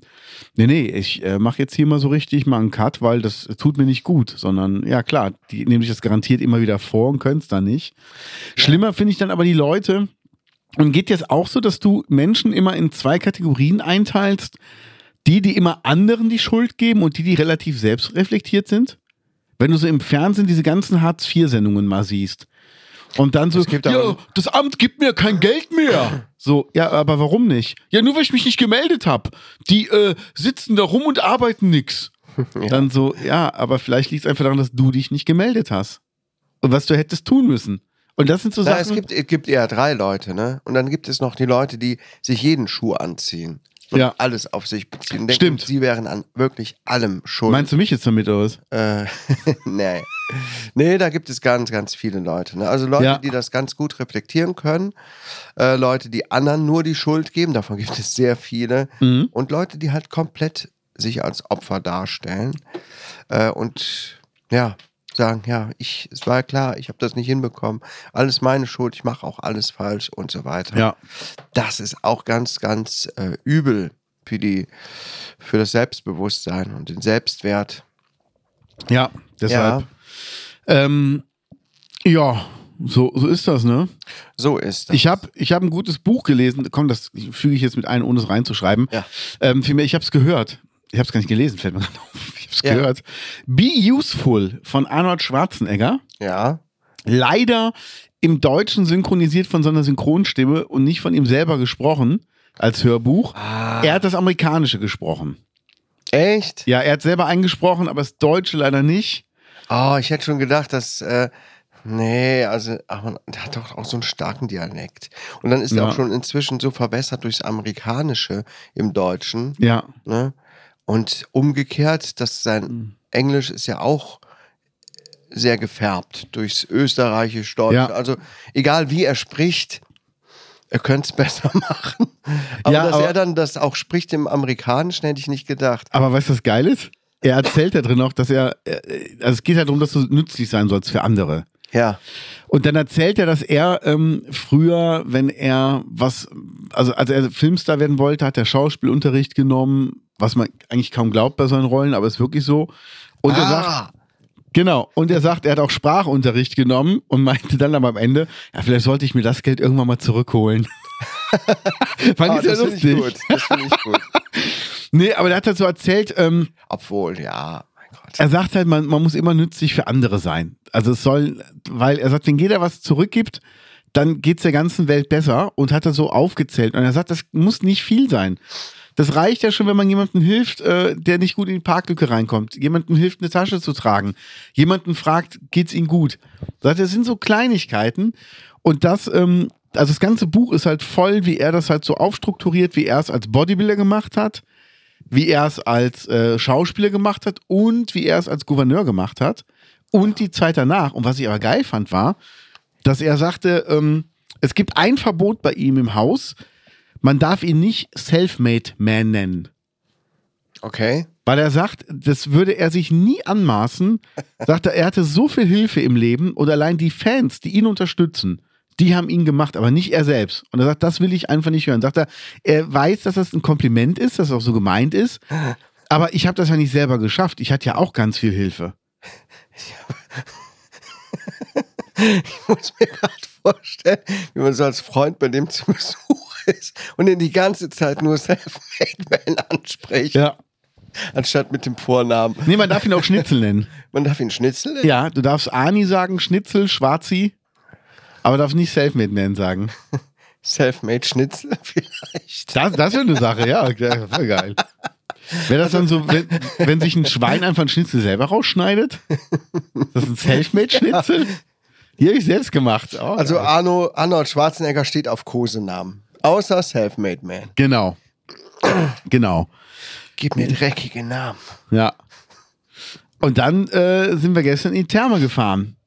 Speaker 3: nee, nee, ich äh, mache jetzt hier mal so richtig mal einen Cut, weil das tut mir nicht gut, sondern ja klar, die nehmen sich das garantiert immer wieder vor und können es dann nicht. Schlimmer finde ich dann aber die Leute, und geht jetzt auch so, dass du Menschen immer in zwei Kategorien einteilst, die, die immer anderen die Schuld geben und die, die relativ selbstreflektiert sind? Wenn du so im Fernsehen diese ganzen Hartz-IV-Sendungen mal siehst. Und dann so,
Speaker 2: Es gibt
Speaker 3: ja,
Speaker 2: aber-
Speaker 3: das Amt gibt mir kein Geld mehr. So, ja, aber warum nicht? Ja, nur weil ich mich nicht gemeldet habe. Die äh, sitzen da rum und arbeiten nix. Dann so, ja, aber vielleicht liegt es einfach daran, dass du dich nicht gemeldet hast. Und was du hättest tun müssen. Und das sind so
Speaker 2: Na,
Speaker 3: Sachen.
Speaker 2: es gibt, es gibt eher drei Leute, ne? Und dann gibt es noch die Leute, die sich jeden Schuh anziehen und
Speaker 3: Ja.
Speaker 2: alles auf sich beziehen. Denken,
Speaker 3: Stimmt.
Speaker 2: Sie wären an wirklich allem schuld.
Speaker 3: Meinst du mich jetzt damit aus?
Speaker 2: Äh, nee. Nee, da gibt es ganz, ganz viele Leute. Ne? Also Leute,
Speaker 3: Ja.
Speaker 2: die das ganz gut reflektieren können, äh, Leute, die anderen nur die Schuld geben, davon gibt es sehr viele.
Speaker 3: Mhm.
Speaker 2: Und Leute, die halt komplett sich als Opfer darstellen äh, und ja, sagen, ja, ich, es war klar, ich habe das nicht hinbekommen, alles meine Schuld, ich mache auch alles falsch und so weiter.
Speaker 3: Ja.
Speaker 2: Das ist auch ganz, ganz äh, übel für, die, für das Selbstbewusstsein und den Selbstwert.
Speaker 3: Ja, deshalb.
Speaker 2: Ja.
Speaker 3: Ja, ähm, ja So, so ist das, ne?
Speaker 2: So ist das.
Speaker 3: Ich habe ich hab ein gutes Buch gelesen. Komm, das füge ich jetzt mit ein, ohne es reinzuschreiben.
Speaker 2: Ja.
Speaker 3: Ähm, vielmehr, ich habe es gehört. Ich habe es gar nicht gelesen, fällt mir gerade auf. Ich habe es
Speaker 2: Ja.
Speaker 3: gehört. Be Useful von Arnold Schwarzenegger.
Speaker 2: ja.
Speaker 3: Leider im Deutschen synchronisiert von seiner Synchronstimme und nicht von ihm selber gesprochen als Hörbuch.
Speaker 2: Ah.
Speaker 3: Er hat das Amerikanische gesprochen.
Speaker 2: Echt?
Speaker 3: Ja, er hat selber eingesprochen, aber das Deutsche leider nicht.
Speaker 2: Oh, ich hätte schon gedacht, dass. Äh, nee, also, aber man der hat doch auch so einen starken Dialekt. Und dann ist er
Speaker 3: Ja.
Speaker 2: auch schon inzwischen so verbessert durchs Amerikanische im Deutschen.
Speaker 3: Ja.
Speaker 2: Ne? Und umgekehrt, dass
Speaker 3: Hm.
Speaker 2: sein Englisch ist ja auch sehr gefärbt durchs österreichisch Deutsche.
Speaker 3: Ja.
Speaker 2: Also egal wie er spricht, er könnte es besser machen. Aber
Speaker 3: Ja,
Speaker 2: dass
Speaker 3: aber-
Speaker 2: er dann das auch spricht im Amerikanischen, hätte ich nicht gedacht.
Speaker 3: Aber weißt du, was geil ist? Er erzählt da drin auch, dass er, äh, also es geht ja darum, dass du nützlich sein sollst für andere.
Speaker 2: Ja,
Speaker 3: Und dann erzählt er, dass er ähm, früher, wenn er was, also als er Filmstar werden wollte, hat er Schauspielunterricht genommen, was man eigentlich kaum glaubt bei seinen Rollen, aber ist wirklich so. Und
Speaker 2: Ah.
Speaker 3: er sagt, Genau, und er sagt, er hat auch Sprachunterricht genommen und meinte dann aber am Ende, ja, vielleicht sollte ich mir das Geld irgendwann mal zurückholen. Fand
Speaker 2: ah,
Speaker 3: ich sehr
Speaker 2: das finde ich
Speaker 3: lustig.
Speaker 2: gut. Das finde ich gut.
Speaker 3: Nee, aber der hat halt so erzählt, ähm,
Speaker 2: Obwohl, ja, mein Gott.
Speaker 3: er sagt halt, man, man muss immer nützlich für andere sein. Also es soll, weil er sagt, wenn jeder was zurückgibt, dann geht's der ganzen Welt besser und hat das so aufgezählt. Und er sagt, das muss nicht viel sein. Das reicht ja schon, wenn man jemandem hilft, äh, der nicht gut in die Parklücke reinkommt. Jemandem hilft, eine Tasche zu tragen. Jemanden fragt, geht's ihm gut? Er Sagt, das sind so Kleinigkeiten. Und das, ähm, also das ganze Buch ist halt voll, wie er das halt so aufstrukturiert, wie er es als Bodybuilder gemacht hat wie er es als äh, Schauspieler gemacht hat und wie er es als Gouverneur gemacht hat und die Zeit danach. Und was ich aber geil fand, war, dass er sagte, ähm, es gibt ein Verbot bei ihm im Haus, man darf ihn nicht Selfmade Man nennen.
Speaker 2: Okay.
Speaker 3: Weil er sagt, das würde er sich nie anmaßen. Sagt er, er hatte so viel Hilfe im Leben und allein die Fans, die ihn unterstützen, die haben ihn gemacht, aber nicht er selbst. Und er sagt, das will ich einfach nicht hören. Sagt er, er weiß, dass das ein Kompliment ist, dass das auch so gemeint ist. Aber ich habe das ja nicht selber geschafft. Ich hatte ja auch ganz viel Hilfe.
Speaker 2: Ich muss mir gerade vorstellen, wie man so als Freund bei dem zu Besuch ist und den die ganze Zeit nur Self-Made-Man anspricht,
Speaker 3: Ja.
Speaker 2: anstatt mit dem Vornamen.
Speaker 3: Nee, man darf ihn auch Schnitzel nennen.
Speaker 2: Man darf ihn Schnitzel nennen?
Speaker 3: Ja, du darfst Ani sagen, Schnitzel, Schwarzi. Aber darfst nicht Selfmade nennen sagen.
Speaker 2: Self-Made Schnitzel vielleicht.
Speaker 3: Das, das wäre eine Sache, ja. ja, Voll geil. Wäre das dann so, wenn, wenn sich ein Schwein einfach einen Schnitzel selber rausschneidet? Das ist ein Selfmade-Schnitzel? Die habe ich selbst gemacht. Oh,
Speaker 2: Also
Speaker 3: geil.
Speaker 2: Arno, Arnold Schwarzenegger steht auf Kosenamen. Außer Self-Made Man.
Speaker 3: genau. Genau.
Speaker 2: Gib mir dreckige Namen.
Speaker 3: Ja. Und dann äh, sind wir gestern in die Therme gefahren.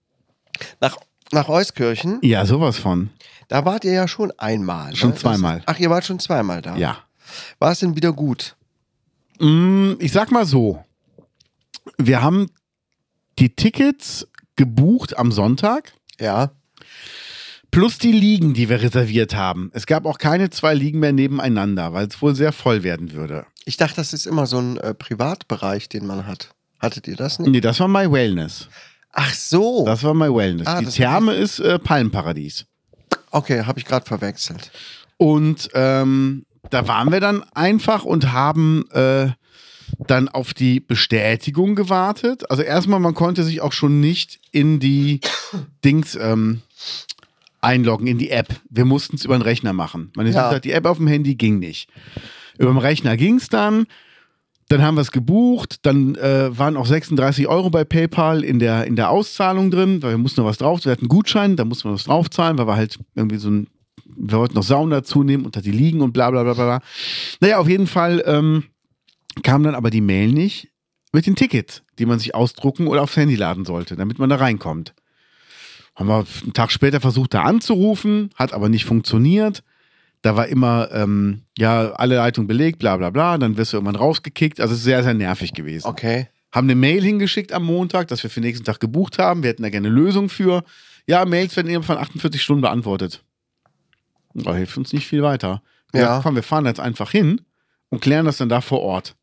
Speaker 2: Nach, nach Euskirchen,
Speaker 3: Ja, sowas von.
Speaker 2: da wart ihr ja schon einmal. ne?
Speaker 3: Schon
Speaker 2: Das-
Speaker 3: zweimal.
Speaker 2: Ach, ihr wart schon zweimal da.
Speaker 3: Ja.
Speaker 2: War es denn wieder gut?
Speaker 3: Mm, Ich sag mal so. Wir haben die Tickets gebucht am Sonntag.
Speaker 2: Ja.
Speaker 3: Plus die Liegen, die wir reserviert haben. Es gab auch keine zwei Liegen mehr nebeneinander, weil es wohl sehr voll werden würde.
Speaker 2: Ich dachte, das ist immer so ein äh, Privatbereich, den man hat. Hattet ihr das nicht?
Speaker 3: Nee, das war My Wellness.
Speaker 2: Ach so.
Speaker 3: Hm. Das war My Wellness.
Speaker 2: Ah,
Speaker 3: die
Speaker 2: das
Speaker 3: Therme ist äh, Palmenparadies.
Speaker 2: okay, habe ich gerade verwechselt.
Speaker 3: Und ähm, da waren wir dann einfach und haben äh, dann auf die Bestätigung gewartet. Also erstmal, man konnte sich auch schon nicht in die Dings ähm, einloggen, in die App. Wir mussten es über den Rechner machen. Man
Speaker 2: Ja.
Speaker 3: gesagt, die App auf dem Handy ging nicht. Über den Rechner ging es dann. Dann haben wir es gebucht, dann äh, waren auch 36 Euro bei PayPal in der, in der Auszahlung drin, weil wir mussten noch was drauf, wir hatten einen Gutschein, da mussten wir was draufzahlen, weil wir halt irgendwie so ein, wir wollten noch Sauna zunehmen unter die Liegen und bla bla bla bla. bla. Naja, auf jeden Fall ähm, kam dann aber die Mail nicht mit den Tickets, die man sich ausdrucken oder aufs Handy laden sollte, damit man da reinkommt. Haben wir einen Tag später versucht, da anzurufen, hat aber nicht funktioniert. Da war immer, ähm, ja, alle Leitungen belegt, bla bla bla, dann wirst du irgendwann rausgekickt. Also es ist sehr, sehr nervig gewesen.
Speaker 2: Okay.
Speaker 3: Haben eine Mail hingeschickt am Montag, dass wir für den nächsten Tag gebucht haben. Wir hätten da gerne eine Lösung für. Ja, Mails werden innerhalb von 48 Stunden beantwortet. Da hilft uns nicht viel weiter.
Speaker 2: Ja.
Speaker 3: Ja. Komm, wir fahren jetzt einfach hin und klären das dann da vor Ort.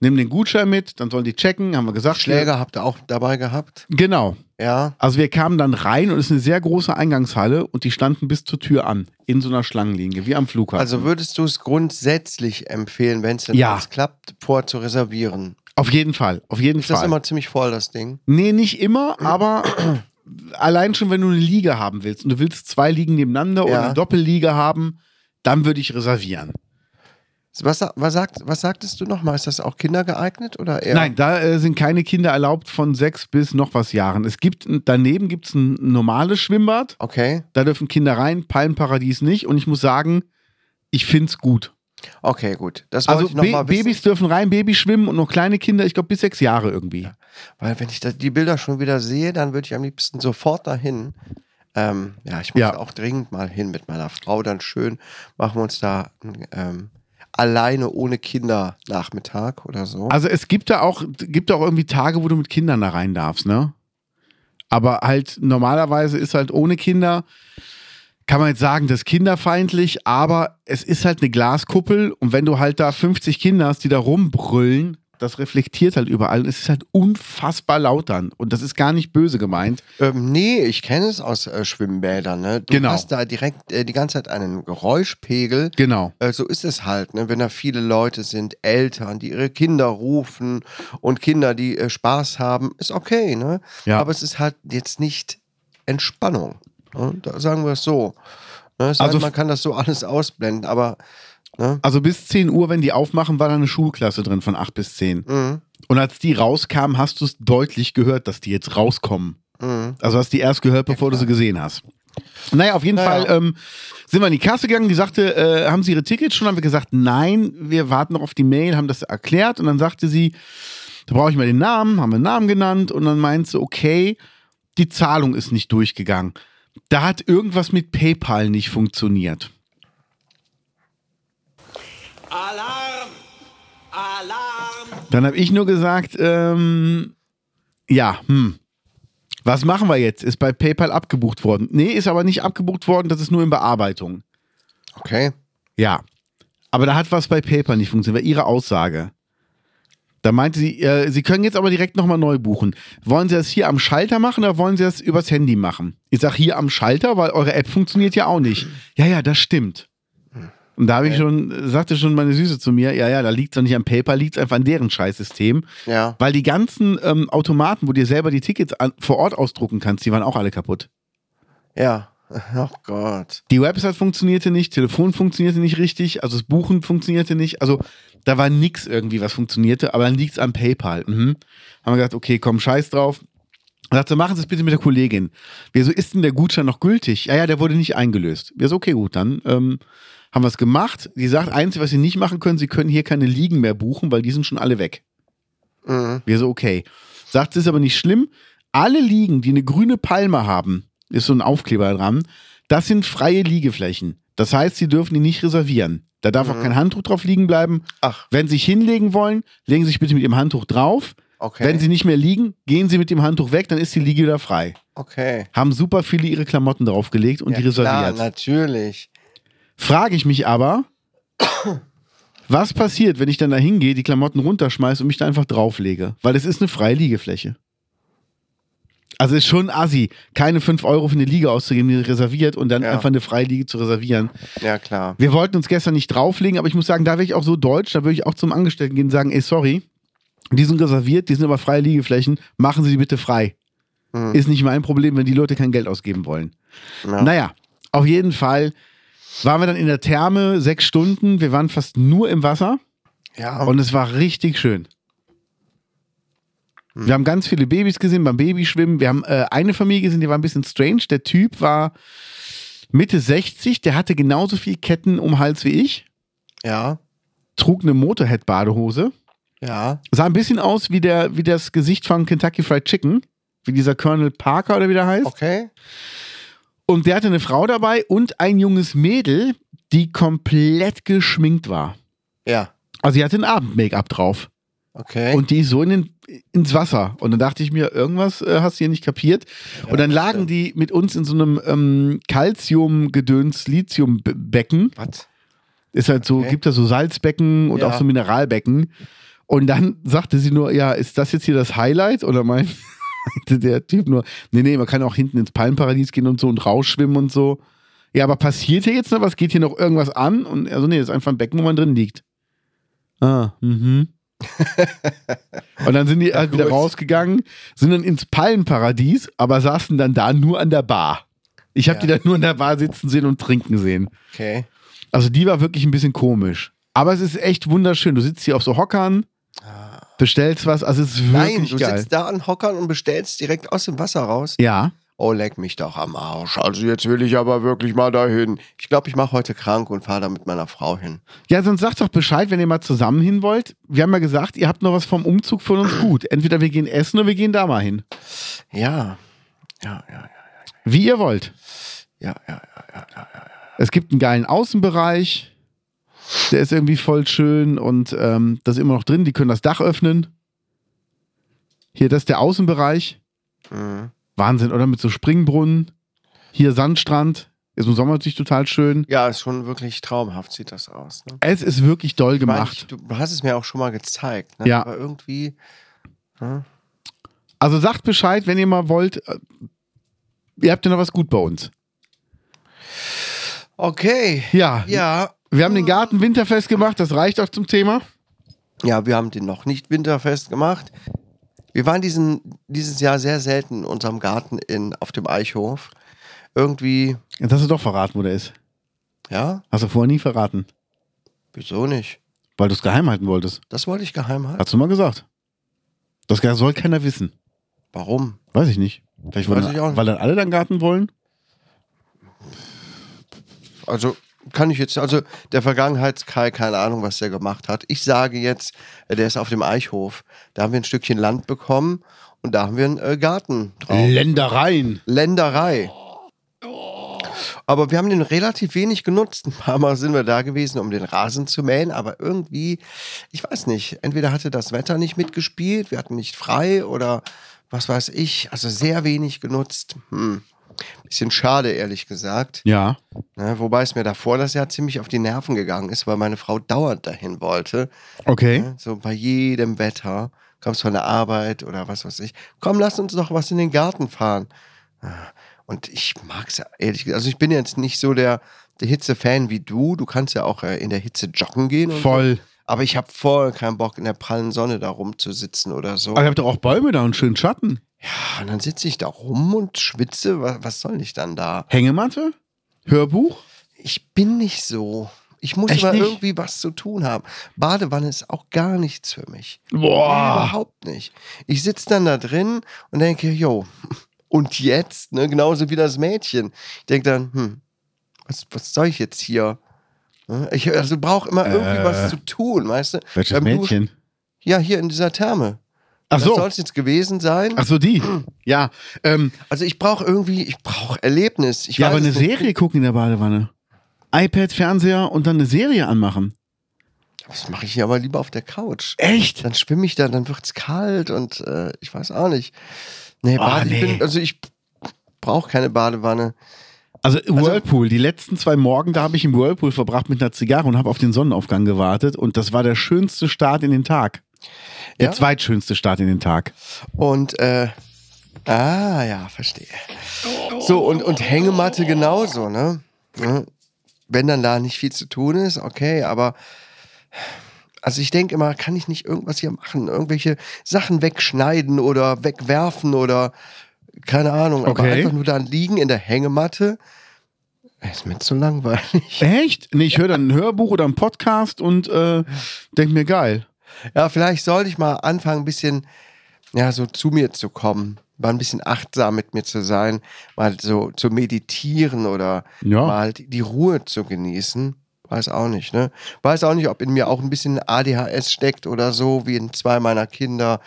Speaker 3: nimm den Gutschein mit, dann sollen die checken, haben wir gesagt.
Speaker 2: Schläger habt ihr auch dabei gehabt.
Speaker 3: Genau.
Speaker 2: Ja.
Speaker 3: Also wir kamen dann rein und es ist eine sehr große Eingangshalle und die standen bis zur Tür an, in so einer Schlangenlinie, wie am Flughafen.
Speaker 2: Also würdest du es grundsätzlich empfehlen, wenn es denn
Speaker 3: Ja.
Speaker 2: alles klappt, vorher zu reservieren?
Speaker 3: auf jeden Fall, auf jeden
Speaker 2: Ist
Speaker 3: Fall.
Speaker 2: das immer ziemlich voll, das Ding?
Speaker 3: Nee, nicht immer, aber allein schon, wenn du eine Liga haben willst und du willst zwei Ligen nebeneinander oder
Speaker 2: Ja.
Speaker 3: eine Doppelliga haben, dann würde ich reservieren.
Speaker 2: Was, sa- was, sagt, was sagtest du nochmal? Ist das auch kindergeeignet oder eher?
Speaker 3: Nein, da äh, sind keine Kinder erlaubt von sechs bis noch was Jahren. Es gibt daneben gibt's ein normales Schwimmbad,
Speaker 2: Okay.
Speaker 3: da dürfen Kinder rein, Palmenparadies nicht. Und ich muss sagen, ich find's gut.
Speaker 2: Okay, gut. Das wollte
Speaker 3: Also
Speaker 2: ich noch
Speaker 3: ba
Speaker 2: mal wissen,
Speaker 3: Babys dürfen rein, Babys schwimmen und noch kleine Kinder, ich glaube bis sechs Jahre irgendwie.
Speaker 2: weil wenn ich da, die Bilder schon wieder sehe, dann würde ich am liebsten sofort dahin. Ähm, ja, ich muss
Speaker 3: Ja.
Speaker 2: auch dringend mal hin mit meiner Frau. Dann schön machen wir uns da ähm, alleine ohne Kinder Nachmittag oder so.
Speaker 3: Also es gibt da auch, gibt da auch irgendwie Tage, wo du mit Kindern da rein darfst, ne? Aber halt normalerweise ist halt ohne Kinder, kann man jetzt sagen, das ist kinderfeindlich, aber es ist halt eine Glaskuppel und wenn du halt da 50 Kinder hast, die da rumbrüllen, das reflektiert halt überall und es ist halt unfassbar laut dann und das ist gar nicht böse gemeint.
Speaker 2: Ähm, nee, ich kenne es aus äh, Schwimmbädern. Ne? Du
Speaker 3: Genau.
Speaker 2: hast da direkt äh, die ganze Zeit einen Geräuschpegel.
Speaker 3: Genau.
Speaker 2: Äh, So ist es halt, ne? wenn da viele Leute sind, Eltern, die ihre Kinder rufen und Kinder, die äh, Spaß haben, ist okay, ne?
Speaker 3: Ja.
Speaker 2: Aber es ist halt jetzt nicht Entspannung. Ne? Da sagen wir es so. Ne? Es
Speaker 3: Also
Speaker 2: also, halt, man kann das so alles ausblenden, aber
Speaker 3: Also bis 10 Uhr, wenn die aufmachen, war da eine Schulklasse drin von 8 bis 10.
Speaker 2: mh,
Speaker 3: Und als die rauskamen, hast du es deutlich gehört, dass die jetzt rauskommen.
Speaker 2: mh.
Speaker 3: Also hast du die erst gehört, bevor du sie gesehen hast. Naja, auf jeden
Speaker 2: Naja.
Speaker 3: Fall ähm, sind wir in die Kasse gegangen. Die sagte, äh, haben Sie Ihre Tickets schon? Haben wir gesagt, nein, wir warten noch auf die Mail, haben das erklärt. Und dann sagte sie, da brauche ich mal den Namen, haben wir einen Namen genannt. Und dann meinte sie, okay, die Zahlung ist nicht durchgegangen. Da hat irgendwas mit PayPal nicht funktioniert.
Speaker 4: Alarm! Alarm!
Speaker 3: Dann habe ich nur gesagt, ähm, ja, hm. Was machen wir jetzt? Ist bei PayPal abgebucht worden? Nee, ist aber nicht abgebucht worden, das ist nur in Bearbeitung.
Speaker 2: okay.
Speaker 3: Ja. Aber da hat was bei PayPal nicht funktioniert, war ihre Aussage. Da meinte sie, äh, sie können jetzt aber direkt nochmal neu buchen. Wollen sie das hier am Schalter machen oder wollen sie das übers Handy machen? Ich sag hier am Schalter, weil eure App funktioniert ja auch nicht. Ja, ja, das stimmt. Und da habe ich schon, äh, sagte schon meine Süße zu mir, ja, ja, da liegt es doch nicht am PayPal, liegt es einfach an deren Scheißsystem.
Speaker 2: Ja.
Speaker 3: Weil die ganzen ähm, Automaten, wo du dir selber die Tickets an, vor Ort ausdrucken kannst, die waren auch alle kaputt.
Speaker 2: Ja. Oh Gott.
Speaker 3: Die Website funktionierte nicht, Telefon funktionierte nicht richtig, also das Buchen funktionierte nicht. Also da war nix irgendwie, was funktionierte, aber dann liegt's am PayPal. Mhm. Haben wir gedacht, okay, komm, scheiß drauf. Dann Sagt sie, machen Sie es bitte mit der Kollegin. Wieso ist denn der Gutschein noch gültig? Ja, ja, der wurde nicht eingelöst. Wir so, okay, gut, dann ähm, haben wir es gemacht. Die sagt, einzige, was Sie nicht machen können, Sie können hier keine Liegen mehr buchen, weil die sind schon alle weg.
Speaker 2: Mhm.
Speaker 3: Wir so, okay. Sagt, es ist aber nicht schlimm. Alle Liegen, die eine grüne Palme haben, ist so ein Aufkleber dran, das sind freie Liegeflächen. Das heißt, sie dürfen die nicht reservieren. Da darf
Speaker 2: Mhm.
Speaker 3: auch kein Handtuch drauf liegen bleiben.
Speaker 2: Ach,
Speaker 3: Wenn Sie sich hinlegen wollen, legen Sie sich bitte mit Ihrem Handtuch drauf.
Speaker 2: okay.
Speaker 3: Wenn Sie nicht mehr liegen, gehen Sie mit dem Handtuch weg, dann ist die Liege wieder frei.
Speaker 2: okay.
Speaker 3: Haben super viele ihre Klamotten draufgelegt und
Speaker 2: ja,
Speaker 3: die
Speaker 2: klar,
Speaker 3: reserviert.
Speaker 2: natürlich.
Speaker 3: Frage ich mich aber, was passiert, wenn ich dann da hingehe, die Klamotten runterschmeiße und mich da einfach drauflege? Weil es ist eine freie Liegefläche. Also ist schon assi, keine 5 Euro für eine Liege auszugeben, die reserviert und dann
Speaker 2: Ja.
Speaker 3: einfach eine freie Liege zu reservieren.
Speaker 2: Ja, klar.
Speaker 3: Wir wollten uns gestern nicht drauflegen, aber ich muss sagen, da wäre ich auch so deutsch, da würde ich auch zum Angestellten gehen und sagen, ey, sorry, die sind reserviert, die sind aber freie Liegeflächen, machen Sie die bitte frei.
Speaker 2: Mhm.
Speaker 3: Ist nicht mein Problem, wenn die Leute kein Geld ausgeben wollen.
Speaker 2: Ja.
Speaker 3: Naja, auf jeden Fall waren wir dann in der Therme sechs Stunden. Wir waren fast nur im Wasser
Speaker 2: Ja,
Speaker 3: und es war richtig schön. Wir haben ganz viele Babys gesehen beim Babyschwimmen. Wir haben äh, eine Familie gesehen, die war ein bisschen strange. Der Typ war Mitte 60, der hatte genauso viel Ketten um den Hals wie ich,
Speaker 2: ja,
Speaker 3: trug eine Motorhead-Badehose,
Speaker 2: ja.
Speaker 3: sah ein bisschen aus wie, der, wie das Gesicht von Kentucky Fried Chicken, wie dieser Colonel Parker oder wie der heißt.
Speaker 2: Okay.
Speaker 3: Und der hatte eine Frau dabei und ein junges Mädel, die komplett geschminkt war.
Speaker 2: Ja,
Speaker 3: Also die hatte ein Abend-Make-up drauf.
Speaker 2: okay.
Speaker 3: Und die ist so in den, ins Wasser. Und dann dachte ich mir, irgendwas äh, hast du hier nicht kapiert. und dann
Speaker 2: das
Speaker 3: lagen
Speaker 2: stimmt.
Speaker 3: die mit uns in so einem ähm, Calcium-Gedöns Lithium-Becken.
Speaker 2: was?
Speaker 3: Ist halt so,
Speaker 2: Okay.
Speaker 3: gibt da so Salzbecken und
Speaker 2: Ja.
Speaker 3: auch so Mineralbecken. Und dann sagte sie nur, ja, ist das jetzt hier das Highlight? Oder meinte der Typ nur, nee, nee, man kann auch hinten ins Palmenparadies gehen und so und rausschwimmen und so. Ja, aber passiert hier jetzt noch was? Geht hier noch irgendwas an? Und also nee, das ist einfach ein Becken, wo man drin liegt. Ah, mhm. und dann sind die halt wieder
Speaker 2: gut.
Speaker 3: rausgegangen, sind dann ins Palmenparadies, aber saßen dann da nur an der Bar. Ich habe
Speaker 2: Ja.
Speaker 3: die dann nur an der Bar sitzen sehen und trinken sehen.
Speaker 2: Okay.
Speaker 3: Also die war wirklich ein bisschen komisch. Aber es ist echt wunderschön. Du sitzt hier auf so Hockern, bestellst was. Also es ist wirklich
Speaker 2: Nein, du
Speaker 3: geil.
Speaker 2: sitzt da an Hockern und bestellst direkt aus dem Wasser raus.
Speaker 3: ja.
Speaker 2: Oh, leck mich doch am Arsch. Also jetzt will ich aber wirklich mal dahin. Ich glaube, ich mache heute krank und fahre da mit meiner Frau hin.
Speaker 3: Ja, sonst sagt doch Bescheid, wenn ihr mal zusammen hin wollt. Wir haben ja gesagt, ihr habt noch was vom Umzug von uns gut. Entweder wir gehen essen oder wir gehen da mal hin.
Speaker 2: Ja. Ja, ja,
Speaker 3: Wie ihr wollt.
Speaker 2: ja, ja, ja.
Speaker 3: Es gibt einen geilen Außenbereich. Der ist irgendwie voll schön und ähm, das ist immer noch drin. Die können das Dach öffnen. Hier, das ist der Außenbereich.
Speaker 2: ja. Mhm.
Speaker 3: Wahnsinn, oder? Mit so Springbrunnen. Hier Sandstrand. Ist im Sommer natürlich total schön.
Speaker 2: Ja, ist schon wirklich traumhaft, sieht das aus. Ne?
Speaker 3: Es ist wirklich doll
Speaker 2: Ich meine,
Speaker 3: gemacht.
Speaker 2: Ich, du hast es mir auch schon mal gezeigt. Ne?
Speaker 3: Ja.
Speaker 2: Aber irgendwie.
Speaker 3: Also sagt Bescheid, wenn ihr mal wollt. äh, Ihr habt ja noch was gut bei uns.
Speaker 2: Okay.
Speaker 3: Ja,
Speaker 2: Ja.
Speaker 3: wir haben den Garten winterfest gemacht. Das reicht auch zum Thema.
Speaker 2: Ja, wir haben den noch nicht winterfest gemacht. Wir waren diesen, dieses Jahr sehr selten in unserem Garten in, auf dem Eichhof. Irgendwie,
Speaker 3: Jetzt hast du doch verraten, wo der ist.
Speaker 2: ja,
Speaker 3: Hast du vorher nie verraten,
Speaker 2: wieso nicht?
Speaker 3: weil du es geheim halten wolltest.
Speaker 2: Das wollte ich geheim halten.
Speaker 3: Hast du mal gesagt. Das soll keiner wissen.
Speaker 2: Warum?
Speaker 3: Weiß ich nicht. Vielleicht
Speaker 2: Weiß
Speaker 3: wollen,
Speaker 2: ich auch nicht.
Speaker 3: weil dann alle deinen Garten wollen.
Speaker 2: Also kann ich jetzt, also der Vergangenheitskai, keine Ahnung, was der gemacht hat. Ich sage jetzt, äh, der ist auf dem Eichhof. Da haben wir ein Stückchen Land bekommen und da haben wir einen äh, Garten drauf.
Speaker 3: Ländereien.
Speaker 2: Länderei. Aber wir haben den relativ wenig genutzt. Ein paar Mal sind wir da gewesen, um den Rasen zu mähen, aber irgendwie, ich weiß nicht, entweder hatte das Wetter nicht mitgespielt, wir hatten nicht frei oder was weiß ich, also sehr wenig genutzt. Hm. Bisschen schade, ehrlich gesagt.
Speaker 3: Ja.
Speaker 2: Ne, wobei es mir davor das Jahr ziemlich auf die Nerven gegangen ist, weil meine Frau dauernd dahin wollte.
Speaker 3: Okay.
Speaker 2: Ne, so bei jedem Wetter. Kommst von der Arbeit oder was weiß ich. Komm, lass uns doch was in den Garten fahren. Ah, Und ich mag es ja ehrlich gesagt. Also ich bin jetzt nicht so der, der Hitze-Fan wie du. Du kannst ja auch äh, in der Hitze joggen gehen. Und So.
Speaker 3: Voll.
Speaker 2: Aber ich habe voll keinen Bock, in der prallen Sonne da rumzusitzen oder so.
Speaker 3: Aber ihr habt doch auch Bäume da und schönen Schatten.
Speaker 2: Ja, und dann sitze ich da rum und schwitze. Was, was soll ich dann da?
Speaker 3: Hängematte? Hörbuch?
Speaker 2: Ich bin nicht so. Ich muss
Speaker 3: Echt
Speaker 2: immer
Speaker 3: nicht?
Speaker 2: irgendwie was zu tun haben. Badewanne ist auch gar nichts für mich.
Speaker 3: Boah.
Speaker 2: Überhaupt nicht. Ich sitze dann da drin und denke, jo, und jetzt? Ne? Genauso wie das Mädchen. Ich denke dann, hm, was, was soll ich jetzt hier? Ne? Ich also brauche immer irgendwie
Speaker 3: Äh.
Speaker 2: was zu tun, weißt du?
Speaker 3: Welches
Speaker 2: Beim Duschen-
Speaker 3: Mädchen?
Speaker 2: Ja, hier in dieser Therme.
Speaker 3: Ach
Speaker 2: Das soll
Speaker 3: so.
Speaker 2: es jetzt gewesen sein.
Speaker 3: Ach so, die.
Speaker 2: Hm.
Speaker 3: Ja. Ähm,
Speaker 2: Also ich brauche irgendwie, ich brauche Erlebnis. Ich
Speaker 3: ja,
Speaker 2: weiß
Speaker 3: aber eine
Speaker 2: es nicht.
Speaker 3: Serie gucken in der Badewanne. iPad, Fernseher und dann eine Serie anmachen.
Speaker 2: Das mache ich ja aber lieber auf der Couch.
Speaker 3: Echt?
Speaker 2: dann schwimme ich da, dann wird es kalt und äh, ich weiß auch nicht. Nee,
Speaker 3: Oh,
Speaker 2: Bade,
Speaker 3: nee.
Speaker 2: Ich bin, also ich brauche keine Badewanne.
Speaker 3: Also Whirlpool, die letzten zwei Morgen, da habe ich im Whirlpool verbracht mit einer Zigarre und habe auf den Sonnenaufgang gewartet. Und das war der schönste Start in den Tag. Der
Speaker 2: Ja?
Speaker 3: zweitschönste Start in den Tag.
Speaker 2: Und äh, ah ja, verstehe. So, und, und Hängematte genauso, ne? Ne? Wenn dann da nicht viel zu tun ist, okay, aber also ich denke immer, kann ich nicht irgendwas hier machen? Irgendwelche Sachen wegschneiden oder wegwerfen oder keine Ahnung, aber
Speaker 3: Okay.
Speaker 2: einfach nur dann liegen in der Hängematte. Ist mir zu langweilig.
Speaker 3: Echt? Nee, ich höre dann ein Hörbuch oder einen Podcast und äh, denke mir, geil.
Speaker 2: Ja, vielleicht sollte ich mal anfangen, ein bisschen ja, so zu mir zu kommen, mal ein bisschen achtsam mit mir zu sein, mal so zu meditieren oder
Speaker 3: Ja.
Speaker 2: mal die die Ruhe zu genießen. Weiß auch nicht, ne? Weiß auch nicht, ob in mir auch ein bisschen ADHS steckt oder so, wie in zwei meiner Kinder.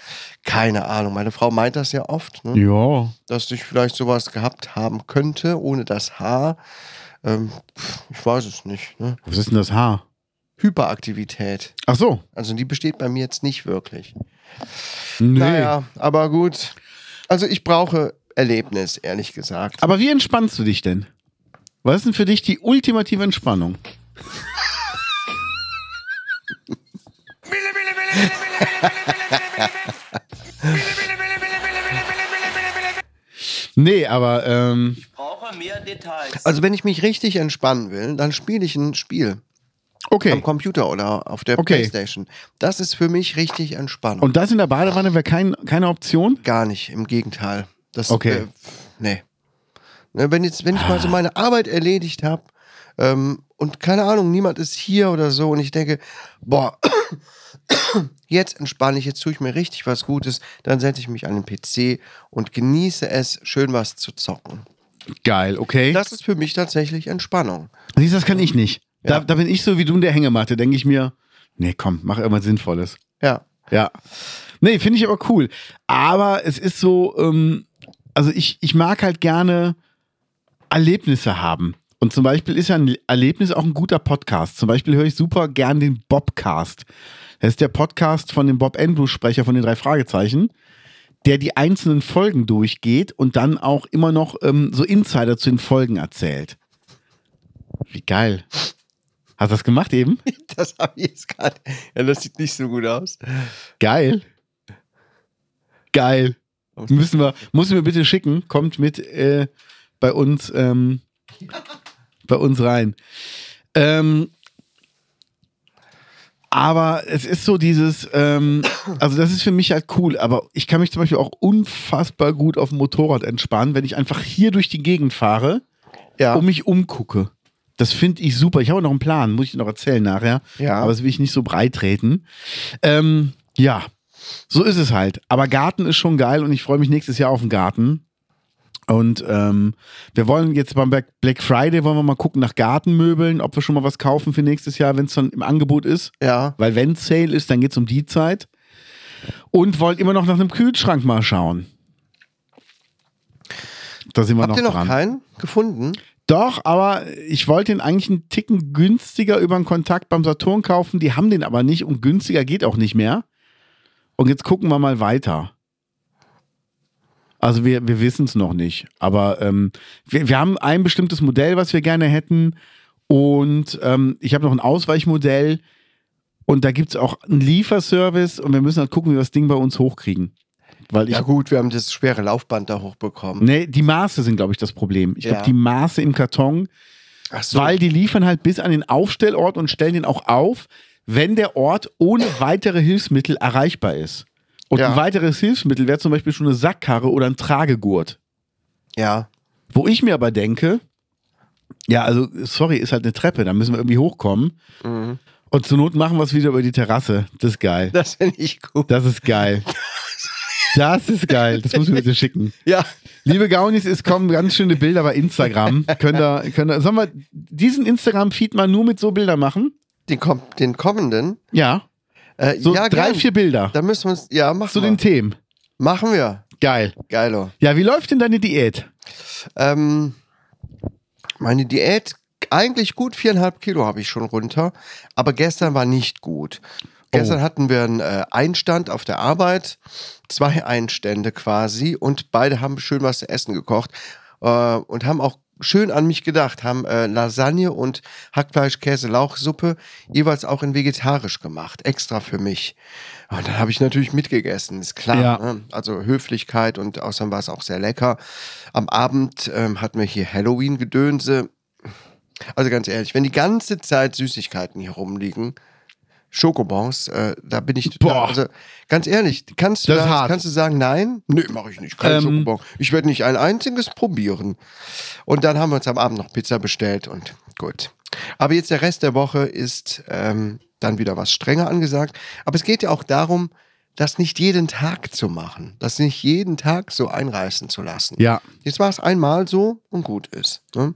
Speaker 2: Keine Ahnung. Meine Frau meint das ja oft, ne?
Speaker 3: Ja.
Speaker 2: dass ich vielleicht sowas gehabt haben könnte, ohne das Haar. Ähm, pf, ich weiß es nicht. Ne?
Speaker 3: Was ist denn das Haar?
Speaker 2: Hyperaktivität.
Speaker 3: Ach so.
Speaker 2: Also die besteht bei mir jetzt nicht wirklich.
Speaker 3: Nee.
Speaker 2: Naja, aber gut. Also ich brauche Erlebnis, ehrlich gesagt.
Speaker 3: Aber wie entspannst du dich denn? Was ist denn für dich die ultimative Entspannung?
Speaker 4: Bille, bille, bille,
Speaker 3: Nee, aber ähm,
Speaker 1: Brauche mehr Details.
Speaker 2: Also wenn ich mich richtig entspannen will, dann spiele ich ein Spiel
Speaker 3: okay.
Speaker 2: am Computer oder auf der
Speaker 3: Okay.
Speaker 2: Playstation. Das ist für mich richtig Entspannung.
Speaker 3: Und das in der Badewanne wäre kein, keine Option?
Speaker 2: Gar nicht, im Gegenteil. Das,
Speaker 3: Okay.
Speaker 2: Äh, nee. Ne, wenn, jetzt, wenn ich mal so meine Arbeit erledigt habe ähm, und keine Ahnung, niemand ist hier oder so und ich denke, boah, jetzt entspanne ich, jetzt tue ich mir richtig was Gutes, dann setze ich mich an den PC und genieße es, schön was zu zocken.
Speaker 3: Geil, okay.
Speaker 2: Das ist für mich tatsächlich Entspannung.
Speaker 3: Siehst du, das kann ich nicht. Da,
Speaker 2: Ja.
Speaker 3: da bin ich so wie du in der Hängematte, denke ich mir, nee, komm, mach irgendwas Sinnvolles.
Speaker 2: Ja.
Speaker 3: Ja. Nee, finde ich aber cool. Aber es ist so, ähm, also ich, ich mag halt gerne Erlebnisse haben. Und zum Beispiel ist ja ein Erlebnis auch ein guter Podcast. Zum Beispiel höre ich super gern den Bobcast. Das ist der Podcast von dem Bob Andrews-Sprecher von den drei Fragezeichen, der die einzelnen Folgen durchgeht und dann auch immer noch ähm, so Insider zu den Folgen erzählt. Wie geil. Hast du das gemacht eben?
Speaker 2: Das habe ich jetzt gerade. Ja, das sieht nicht so gut aus.
Speaker 3: Geil. Geil. Müssen wir, müssen wir bitte schicken. Kommt mit äh, bei uns ähm, bei uns rein. Ähm, aber es ist so dieses, ähm, also das ist für mich halt cool, aber ich kann mich zum Beispiel auch unfassbar gut auf dem Motorrad entspannen, wenn ich einfach hier durch die Gegend fahre
Speaker 2: Ja.
Speaker 3: und um mich umgucke. Das finde ich super. Ich habe auch noch einen Plan, muss ich noch erzählen nachher.
Speaker 2: Ja.
Speaker 3: Aber das will ich nicht so breit treten. Ähm, ja, so ist es halt. Aber Garten ist schon geil und ich freue mich nächstes Jahr auf den Garten. Und ähm, wir wollen jetzt beim Black Black Friday wollen wir mal gucken nach Gartenmöbeln, ob wir schon mal was kaufen für nächstes Jahr, wenn es dann im Angebot ist.
Speaker 2: ja.
Speaker 3: Weil wenn Sale ist, dann geht es um die Zeit. Und wollt immer noch nach einem Kühlschrank mal schauen. Da sind wir
Speaker 2: Habt
Speaker 3: noch
Speaker 2: ihr noch
Speaker 3: dran.
Speaker 2: keinen gefunden?
Speaker 3: Doch, aber ich wollte den eigentlich einen Ticken günstiger über einen Kontakt beim Saturn kaufen. Die haben den aber nicht und günstiger geht auch nicht mehr. Und jetzt gucken wir mal weiter. Also wir, wir wissen es noch nicht. Aber ähm, wir, wir haben ein bestimmtes Modell, was wir gerne hätten. Und ähm, ich habe noch ein Ausweichmodell. Und da gibt es auch einen Lieferservice. Und wir müssen halt gucken, wie wir das Ding bei uns hochkriegen. Weil ich
Speaker 2: Ja, gut, wir haben das schwere Laufband da hochbekommen.
Speaker 3: Nee, die Maße sind, glaube ich, das Problem. Ich glaube,
Speaker 2: Ja.
Speaker 3: die Maße im Karton,
Speaker 2: Ach so.
Speaker 3: weil die liefern halt bis an den Aufstellort und stellen den auch auf, wenn der Ort ohne weitere Hilfsmittel erreichbar ist. Und
Speaker 2: Ja.
Speaker 3: ein weiteres Hilfsmittel wäre zum Beispiel schon eine Sackkarre oder ein Tragegurt.
Speaker 2: Ja.
Speaker 3: Wo ich mir aber denke, ja, also, sorry, ist halt eine Treppe, da müssen wir irgendwie hochkommen.
Speaker 2: Mhm.
Speaker 3: Und zur Not machen wir es wieder über die Terrasse. Das ist geil.
Speaker 2: Das finde ich gut.
Speaker 3: Das ist geil. Das ist geil. Das muss ich mir bitte schicken.
Speaker 2: Ja.
Speaker 3: Liebe Gaunis, es kommen ganz schöne Bilder bei Instagram. Könnt ihr, könnt ihr, sollen wir diesen Instagram-Feed mal nur mit so Bildern machen?
Speaker 2: Den, kom den kommenden.
Speaker 3: Ja.
Speaker 2: Äh,
Speaker 3: So
Speaker 2: ja,
Speaker 3: drei,
Speaker 2: gern.
Speaker 3: vier Bilder
Speaker 2: Da müssen wir uns. Ja, machen
Speaker 3: zu
Speaker 2: wir.
Speaker 3: den Themen.
Speaker 2: machen wir.
Speaker 3: Geil.
Speaker 2: Geilo.
Speaker 3: Ja, wie läuft denn deine Diät?
Speaker 2: Ähm, meine Diät eigentlich gut, viereinhalb Kilo habe ich schon runter, aber gestern war nicht gut. Gestern hatten wir einen äh, Einstand auf der Arbeit, zwei Einstände quasi und beide haben schön was zu essen gekocht äh, und haben auch schön an mich gedacht, haben äh, Lasagne und Hackfleisch, Käse, Lauchsuppe jeweils auch in vegetarisch gemacht, extra für mich. Und dann habe ich natürlich mitgegessen, ist klar.
Speaker 3: Ja.
Speaker 2: Ne? Also Höflichkeit und außerdem war es auch sehr lecker. Am Abend ähm, hatten wir hier Halloween-Gedönse. Also ganz ehrlich, wenn die ganze Zeit Süßigkeiten hier rumliegen, Schokobons, äh, da bin ich total,
Speaker 3: Boah.
Speaker 2: also ganz ehrlich, kannst du,
Speaker 3: Das ist
Speaker 2: da,
Speaker 3: hart.
Speaker 2: kannst du sagen, nein? Nee, mache ich nicht, kein
Speaker 3: Ähm.
Speaker 2: Schokobon. Ich werde nicht ein einziges probieren. Und dann haben wir uns am Abend noch Pizza bestellt und gut. Aber jetzt der Rest der Woche ist ähm, dann wieder was strenger angesagt. Aber es geht ja auch darum, das nicht jeden Tag zu machen, das nicht jeden Tag so einreißen zu lassen.
Speaker 3: Ja.
Speaker 2: Jetzt war es einmal so und gut ist. Ne?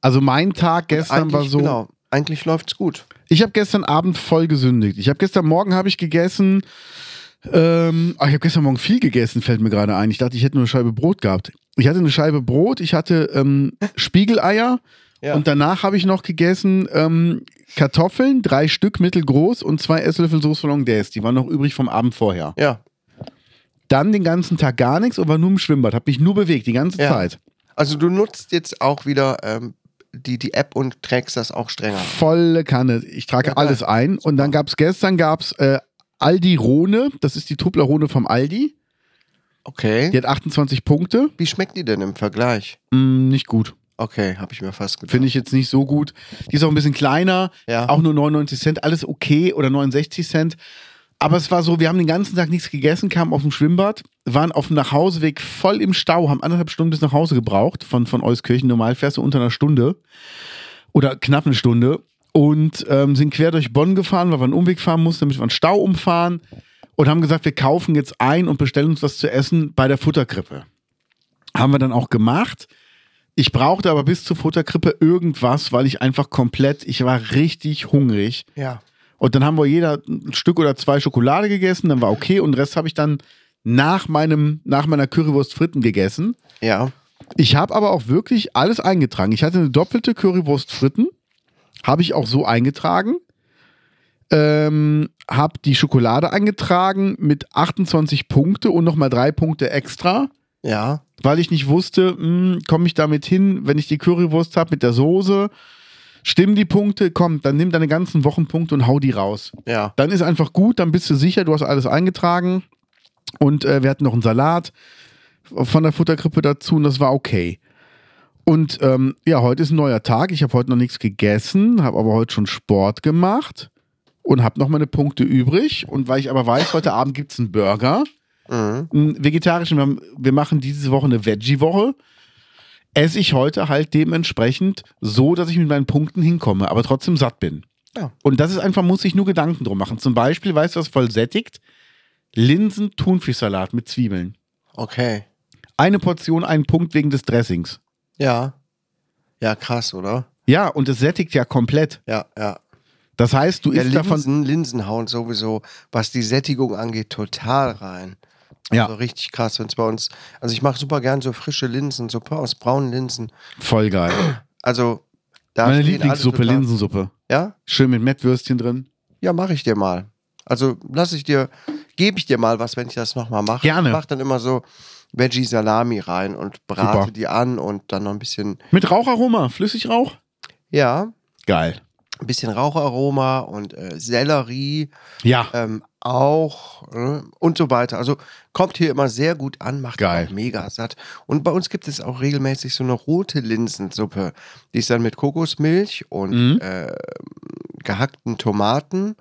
Speaker 3: Also mein Tag gestern war
Speaker 2: Eigentlich,
Speaker 3: so.
Speaker 2: genau, eigentlich läuft's gut.
Speaker 3: Ich habe gestern Abend voll gesündigt. Ich habe gestern Morgen habe ich gegessen. Ähm, ach, ich habe gestern Morgen viel gegessen, fällt mir gerade ein. Ich dachte, ich hätte nur eine Scheibe Brot gehabt. Ich hatte eine Scheibe Brot, ich hatte ähm, Spiegeleier
Speaker 2: Ja.
Speaker 3: und danach habe ich noch gegessen ähm, Kartoffeln, drei Stück mittelgroß und zwei Esslöffel Soße Hollandaise. Die waren noch übrig vom Abend vorher.
Speaker 2: Ja.
Speaker 3: Dann den ganzen Tag gar nichts und war nur im Schwimmbad. Habe mich nur bewegt, die ganze
Speaker 2: Ja.
Speaker 3: Zeit.
Speaker 2: Also du nutzt jetzt auch wieder ähm, die, die App und trägst das auch strenger.
Speaker 3: Volle Kanne. Ich trage
Speaker 2: Ja, geil.
Speaker 3: alles ein. Und dann gab es gestern gab's, äh, Aldi-Rone. Das ist die Toblerone vom Aldi.
Speaker 2: Okay.
Speaker 3: Die hat 28 Punkte.
Speaker 2: Wie schmeckt die denn im Vergleich?
Speaker 3: Mm, nicht gut.
Speaker 2: Okay, habe ich mir fast gedacht.
Speaker 3: Finde ich jetzt nicht so gut. Die ist auch ein bisschen kleiner.
Speaker 2: Ja.
Speaker 3: Auch nur 99 Cent. Alles okay oder 69 Cent. Aber es war so, wir haben den ganzen Tag nichts gegessen, kamen aus dem Schwimmbad, waren auf dem Nachhauseweg voll im Stau, haben anderthalb Stunden bis nach Hause gebraucht von, von Euskirchen. Normal fährst du unter einer Stunde oder knapp eine Stunde und ähm, sind quer durch Bonn gefahren, weil wir einen Umweg fahren mussten, damit wir einen Stau umfahren und haben gesagt, wir kaufen jetzt ein und bestellen uns was zu essen bei der Futterkrippe. Haben wir dann auch gemacht. Ich brauchte aber bis zur Futterkrippe irgendwas, weil ich einfach komplett, ich war richtig hungrig.
Speaker 2: ja.
Speaker 3: Und dann haben wir jeder ein Stück oder zwei Schokolade gegessen, dann war okay. Und den Rest habe ich dann nach, meinem, nach meiner Currywurst Fritten gegessen.
Speaker 2: Ja.
Speaker 3: Ich habe aber auch wirklich alles eingetragen. Ich hatte eine doppelte Currywurst Fritten, habe ich auch so eingetragen. Ähm, habe die Schokolade eingetragen mit 28 Punkte und nochmal drei Punkte extra
Speaker 2: Ja.
Speaker 3: weil ich nicht wusste, komme ich damit hin, wenn ich die Currywurst habe mit der Soße. Stimmen die Punkte, komm, dann nimm deine ganzen Wochenpunkte und hau die raus.
Speaker 2: Ja.
Speaker 3: Dann ist einfach gut, dann bist du sicher, du hast alles eingetragen. Und äh, wir hatten noch einen Salat von der Futterkrippe dazu und das war okay. Und ähm, ja, heute ist ein neuer Tag. Ich habe heute noch nichts gegessen, habe aber heute schon Sport gemacht und habe noch meine Punkte übrig. Und weil ich aber weiß, heute Abend gibt es einen Burger
Speaker 2: Mhm.
Speaker 3: einen vegetarischen, wir, haben, wir machen diese Woche eine Veggie-Woche, esse ich heute halt dementsprechend so, dass ich mit meinen Punkten hinkomme, aber trotzdem satt bin.
Speaker 2: Ja.
Speaker 3: Und das ist einfach, muss ich nur Gedanken drum machen. Zum Beispiel, weißt du, was voll sättigt? Linsen-Thunfischsalat mit Zwiebeln.
Speaker 2: Okay.
Speaker 3: Eine Portion, ein Punkt wegen des Dressings.
Speaker 2: Ja. Ja, krass, oder?
Speaker 3: Ja, und es sättigt ja komplett.
Speaker 2: Ja, ja.
Speaker 3: Das heißt, du
Speaker 2: ja
Speaker 3: isst davon.
Speaker 2: Linsen, Linsen hauen sowieso, was die Sättigung angeht, total rein.
Speaker 3: Ja.
Speaker 2: Also richtig krass, wenn es bei uns. Also ich mache super gern so frische Linsensuppe aus braunen Linsen.
Speaker 3: Voll geil.
Speaker 2: Also da
Speaker 3: Meine
Speaker 2: steht alles
Speaker 3: Lieblingssuppe,
Speaker 2: total-
Speaker 3: Linsensuppe.
Speaker 2: Ja?
Speaker 3: Schön mit Mettwürstchen drin.
Speaker 2: Ja, mache ich dir mal. Also lass ich dir, gebe ich dir mal was, wenn ich das nochmal mache.
Speaker 3: Gerne.
Speaker 2: Ich mache dann immer so Veggie-Salami rein und brate
Speaker 3: Super.
Speaker 2: die an und dann noch ein bisschen,
Speaker 3: Mit Raucharoma, Flüssigrauch.
Speaker 2: ja,
Speaker 3: Geil.
Speaker 2: ein bisschen Raucharoma und äh, Sellerie
Speaker 3: Ja.
Speaker 2: ähm, auch äh, und so weiter. Also kommt hier immer sehr gut an, macht
Speaker 3: Geil.
Speaker 2: auch mega satt. Und bei uns gibt es auch regelmäßig so eine rote Linsensuppe. Die ist dann mit Kokosmilch und
Speaker 3: Mhm.
Speaker 2: äh, gehackten Tomaten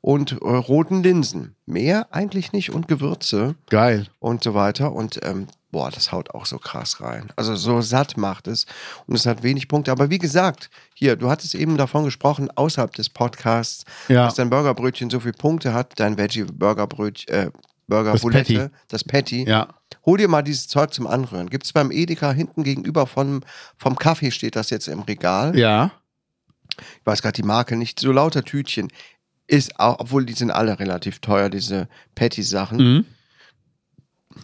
Speaker 2: und äh, roten Linsen. Mehr eigentlich nicht und Gewürze
Speaker 3: Geil.
Speaker 2: und so weiter. Und ähm, boah, das haut auch so krass rein. Also so satt macht es. Und es hat wenig Punkte. Aber wie gesagt, hier, du hattest eben davon gesprochen, außerhalb des Podcasts,
Speaker 3: Ja.
Speaker 2: dass dein Burgerbrötchen so viele Punkte hat, dein Veggie-Burgerbrötchen, äh, Burger
Speaker 3: Das
Speaker 2: Bulette,
Speaker 3: Patty.
Speaker 2: das Patty.
Speaker 3: Ja.
Speaker 2: Hol dir mal dieses Zeug zum Anrühren. Gibt es beim Edeka hinten gegenüber vom, vom Kaffee steht das jetzt im Regal.
Speaker 3: Ja.
Speaker 2: Ich weiß gerade die Marke nicht. So lauter Tütchen. Ist auch, obwohl die sind alle relativ teuer, diese Patty-Sachen.
Speaker 3: Mhm.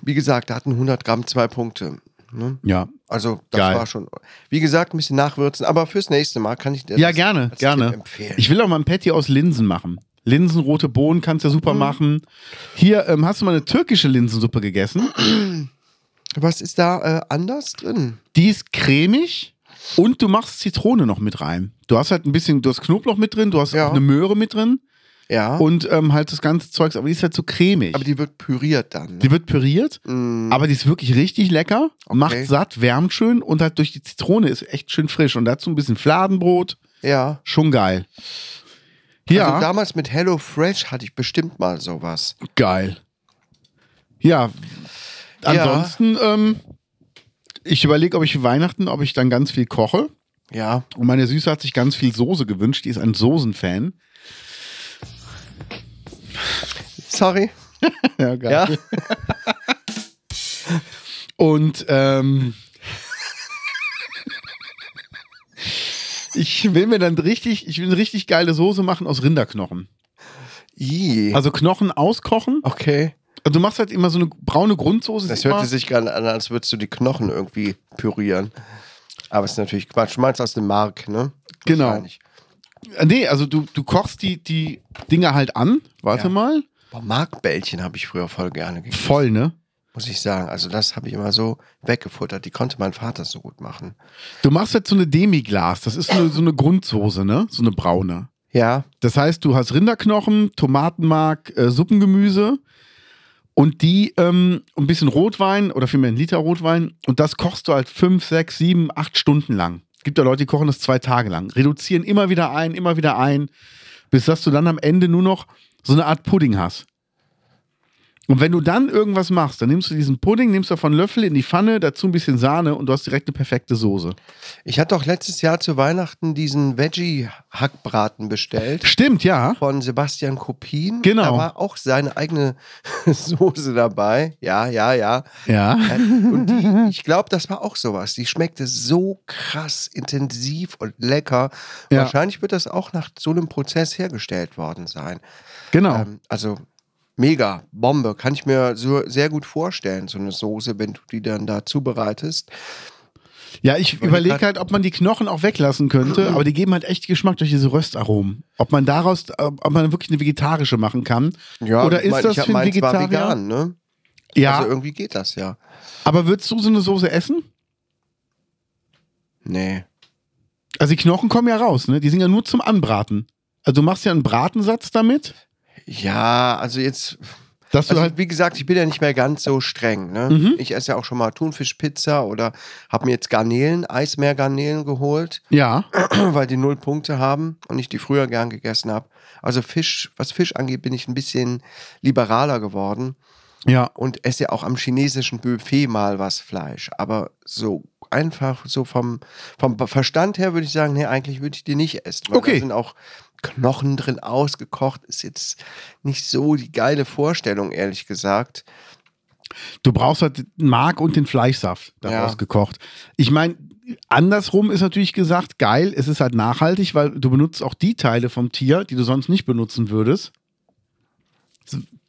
Speaker 2: Wie gesagt, da hatten 100 Gramm zwei Punkte. Ne?
Speaker 3: Ja.
Speaker 2: Also, das
Speaker 3: Geil.
Speaker 2: war schon. Wie gesagt, ein bisschen nachwürzen, aber fürs nächste Mal kann ich dir
Speaker 3: Ja,
Speaker 2: das
Speaker 3: gerne,
Speaker 2: als Tipp
Speaker 3: gerne.
Speaker 2: empfehlen.
Speaker 3: Ich will auch mal ein Patty aus Linsen machen. Linsen, rote Bohnen kannst du ja
Speaker 2: Mhm.
Speaker 3: super machen. Hier, ähm, hast du mal eine türkische Linsensuppe gegessen?
Speaker 2: Was ist da äh, anders drin?
Speaker 3: Die ist cremig und du machst Zitrone noch mit rein. Du hast halt ein bisschen, du hast Knoblauch mit drin, du hast
Speaker 2: Ja.
Speaker 3: auch eine Möhre mit drin
Speaker 2: Ja,
Speaker 3: und ähm, halt das ganze Zeugs, aber die ist halt so cremig.
Speaker 2: aber die wird püriert dann. Ne?
Speaker 3: Die wird püriert,
Speaker 2: Mm,
Speaker 3: aber die ist wirklich richtig lecker, macht
Speaker 2: Okay.
Speaker 3: satt, wärmt schön und halt durch die Zitrone ist echt schön frisch. Und dazu ein bisschen Fladenbrot,
Speaker 2: ja.
Speaker 3: schon geil. Ja.
Speaker 2: Also damals mit Hello Fresh hatte ich bestimmt mal sowas.
Speaker 3: Geil. Ja. Ansonsten, Ähm, ich überlege, ob ich Weihnachten, ob ich dann ganz viel koche.
Speaker 2: Ja,
Speaker 3: Und meine Süße hat sich ganz viel Soße gewünscht. Die ist ein Soßenfan.
Speaker 2: sorry.
Speaker 3: Ja, geil.
Speaker 2: Ja,
Speaker 3: Und ähm, ich will mir dann richtig, ich will eine richtig geile Soße machen aus Rinderknochen.
Speaker 2: Ih.
Speaker 3: Also Knochen auskochen.
Speaker 2: okay.
Speaker 3: Also du machst halt immer so eine braune Grundsoße.
Speaker 2: Das
Speaker 3: ist immer-
Speaker 2: hörte sich gerade an, als würdest du die Knochen irgendwie pürieren. Aber ist natürlich Quatsch. Du meinst aus dem Mark, ne?
Speaker 3: Genau.
Speaker 2: Wahrscheinlich.
Speaker 3: Nee, also du, du kochst die, die Dinger halt an. Warte
Speaker 2: Ja.
Speaker 3: mal.
Speaker 2: Boah, Markbällchen habe ich früher voll gerne gegessen.
Speaker 3: Voll, ne?
Speaker 2: muss ich sagen. Also das habe ich immer so weggefuttert. Die konnte mein Vater so gut machen.
Speaker 3: Du machst jetzt so eine Demiglas. Das ist so eine, so eine Grundsoße, ne? So eine braune.
Speaker 2: Ja,
Speaker 3: Das heißt, du hast Rinderknochen, Tomatenmark, äh, Suppengemüse und die ähm, ein bisschen Rotwein oder vielmehr ein Liter Rotwein und das kochst du halt fünf, sechs, sieben, acht Stunden lang. Es gibt ja Leute, die kochen das zwei Tage lang, reduzieren immer wieder ein, immer wieder ein, bis dass du dann am Ende nur noch so eine Art Pudding hast. Und wenn du dann irgendwas machst, dann nimmst du diesen Pudding, nimmst davon einen Löffel in die Pfanne, dazu ein bisschen Sahne und du hast direkt eine perfekte Soße.
Speaker 2: ich hatte doch letztes Jahr zu Weihnachten diesen Veggie-Hackbraten bestellt
Speaker 3: Stimmt, ja.
Speaker 2: von Sebastian Kopin.
Speaker 3: Genau.
Speaker 2: Da war auch seine eigene Soße dabei. Ja, ja, ja.
Speaker 3: Ja.
Speaker 2: Äh, Und
Speaker 3: Mhm.
Speaker 2: die, ich glaube, das war auch sowas. Die schmeckte so krass intensiv und lecker.
Speaker 3: Ja.
Speaker 2: Wahrscheinlich wird das auch nach so einem Prozess hergestellt worden sein.
Speaker 3: Genau.
Speaker 2: Ähm, also mega, Bombe. Kann ich mir so sehr gut vorstellen, so eine Soße, wenn du die dann da zubereitest.
Speaker 3: Ja, ich überlege halt, ob man die Knochen auch weglassen könnte, aber die geben halt echt Geschmack durch diese Röstaromen. Ob man daraus, äh, ob man wirklich eine vegetarische machen kann. Oder
Speaker 2: ich
Speaker 3: ist
Speaker 2: mein,
Speaker 3: das
Speaker 2: ich hab
Speaker 3: für einen
Speaker 2: meins war
Speaker 3: Vegetarier?
Speaker 2: vegan, ne?
Speaker 3: Ja,
Speaker 2: Also irgendwie geht das ja.
Speaker 3: aber würdest du so eine Soße essen?
Speaker 2: Nee.
Speaker 3: Also die Knochen kommen ja raus, ne? Die sind ja nur zum Anbraten. Also du machst ja einen Bratensatz damit,
Speaker 2: Ja, also jetzt,
Speaker 3: dass du
Speaker 2: also
Speaker 3: halt.
Speaker 2: wie gesagt, ich bin ja nicht mehr ganz so streng. Ne?
Speaker 3: Mhm.
Speaker 2: Ich esse ja auch schon mal Thunfischpizza oder habe mir jetzt Garnelen, Eismeergarnelen geholt,
Speaker 3: Ja.
Speaker 2: weil die null Punkte haben und ich die früher gern gegessen habe. Also Fisch, was Fisch angeht, bin ich ein bisschen liberaler geworden.
Speaker 3: Ja.
Speaker 2: und esse ja auch am chinesischen Buffet mal was Fleisch. Aber so einfach, so vom, vom Verstand her würde ich sagen, nee, eigentlich würde ich die nicht essen. Weil
Speaker 3: Okay.
Speaker 2: Da sind auch Knochen drin ausgekocht. Ist jetzt nicht so die geile Vorstellung, ehrlich gesagt.
Speaker 3: Du brauchst halt den Mark und den Fleischsaft daraus
Speaker 2: Ja.
Speaker 3: gekocht. Ich meine, andersrum ist natürlich gesagt, geil, es ist halt nachhaltig, weil du benutzt auch die Teile vom Tier, die du sonst nicht benutzen würdest.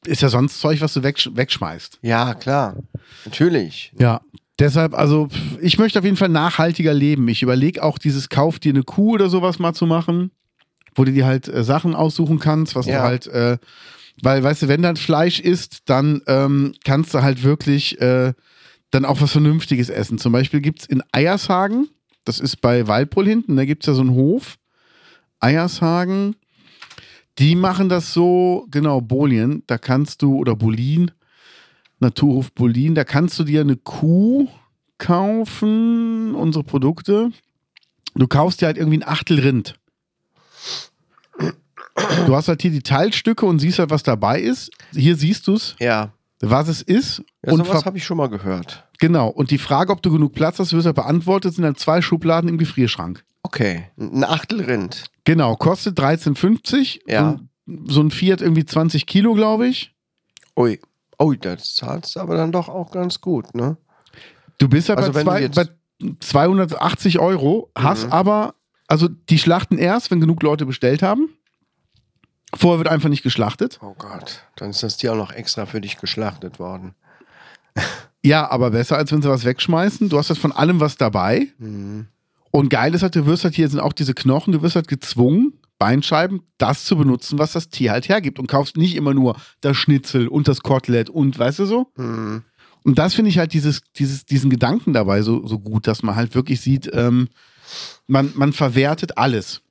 Speaker 3: Ist ja sonst Zeug, was du wegsch wegschmeißt.
Speaker 2: Ja, klar. Natürlich.
Speaker 3: Ja. Deshalb, also, pff, ich möchte auf jeden Fall nachhaltiger leben. Ich überlege auch, dieses Kauf dir eine Kuh oder sowas mal zu machen, wo du dir halt äh, Sachen aussuchen kannst, was du
Speaker 2: Ja.
Speaker 3: halt, äh, weil, weißt du, wenn dann Fleisch isst, dann ähm, kannst du halt wirklich äh, dann auch was Vernünftiges essen. Zum Beispiel gibt es in Eiershagen, das ist bei Walpol hinten, da gibt es ja so einen Hof, Eiershagen, die machen das so, genau, Bolien, da kannst du, oder Bolin, Naturhof Bolin, da kannst du dir eine Kuh kaufen, unsere Produkte. Du kaufst dir halt irgendwie ein Achtel Rind. Du hast halt hier die Teilstücke und siehst halt, was dabei ist. Hier siehst du es,
Speaker 2: Ja.
Speaker 3: was es ist.
Speaker 2: ja
Speaker 3: und
Speaker 2: sowas
Speaker 3: ver-
Speaker 2: habe ich schon mal gehört.
Speaker 3: genau. Und die Frage, ob du genug Platz hast, wird halt beantwortet, sind halt zwei Schubladen im Gefrierschrank.
Speaker 2: Okay. Ein Achtel Rind.
Speaker 3: Genau, kostet 13,50.
Speaker 2: Ja.
Speaker 3: So ein- So ein Fiat irgendwie 20 Kilo, glaube ich.
Speaker 2: Ui. Ui, das zahlst du aber dann doch auch ganz gut, ne?
Speaker 3: Du bist ja
Speaker 2: Also
Speaker 3: bei,
Speaker 2: wenn du
Speaker 3: zwei,
Speaker 2: jetzt- Mhm.
Speaker 3: bei 280 Euro, hast aber, also die schlachten erst, wenn genug Leute bestellt haben. Vorher wird einfach nicht geschlachtet.
Speaker 2: Oh Gott. Dann ist das Tier auch noch extra für dich geschlachtet worden.
Speaker 3: Ja, aber besser, als wenn sie was wegschmeißen. Du hast halt von allem was dabei.
Speaker 2: Mhm.
Speaker 3: Und geil ist halt, du wirst halt hier sind auch diese Knochen, du wirst halt gezwungen, Beinscheiben, das zu benutzen, was das Tier halt hergibt. Und kaufst nicht immer nur das Schnitzel und das Kotelett und weißt du so?
Speaker 2: Mhm.
Speaker 3: Und das finde ich halt dieses, dieses, diesen Gedanken dabei so, so gut, dass man halt wirklich sieht, ähm, man, man verwertet alles.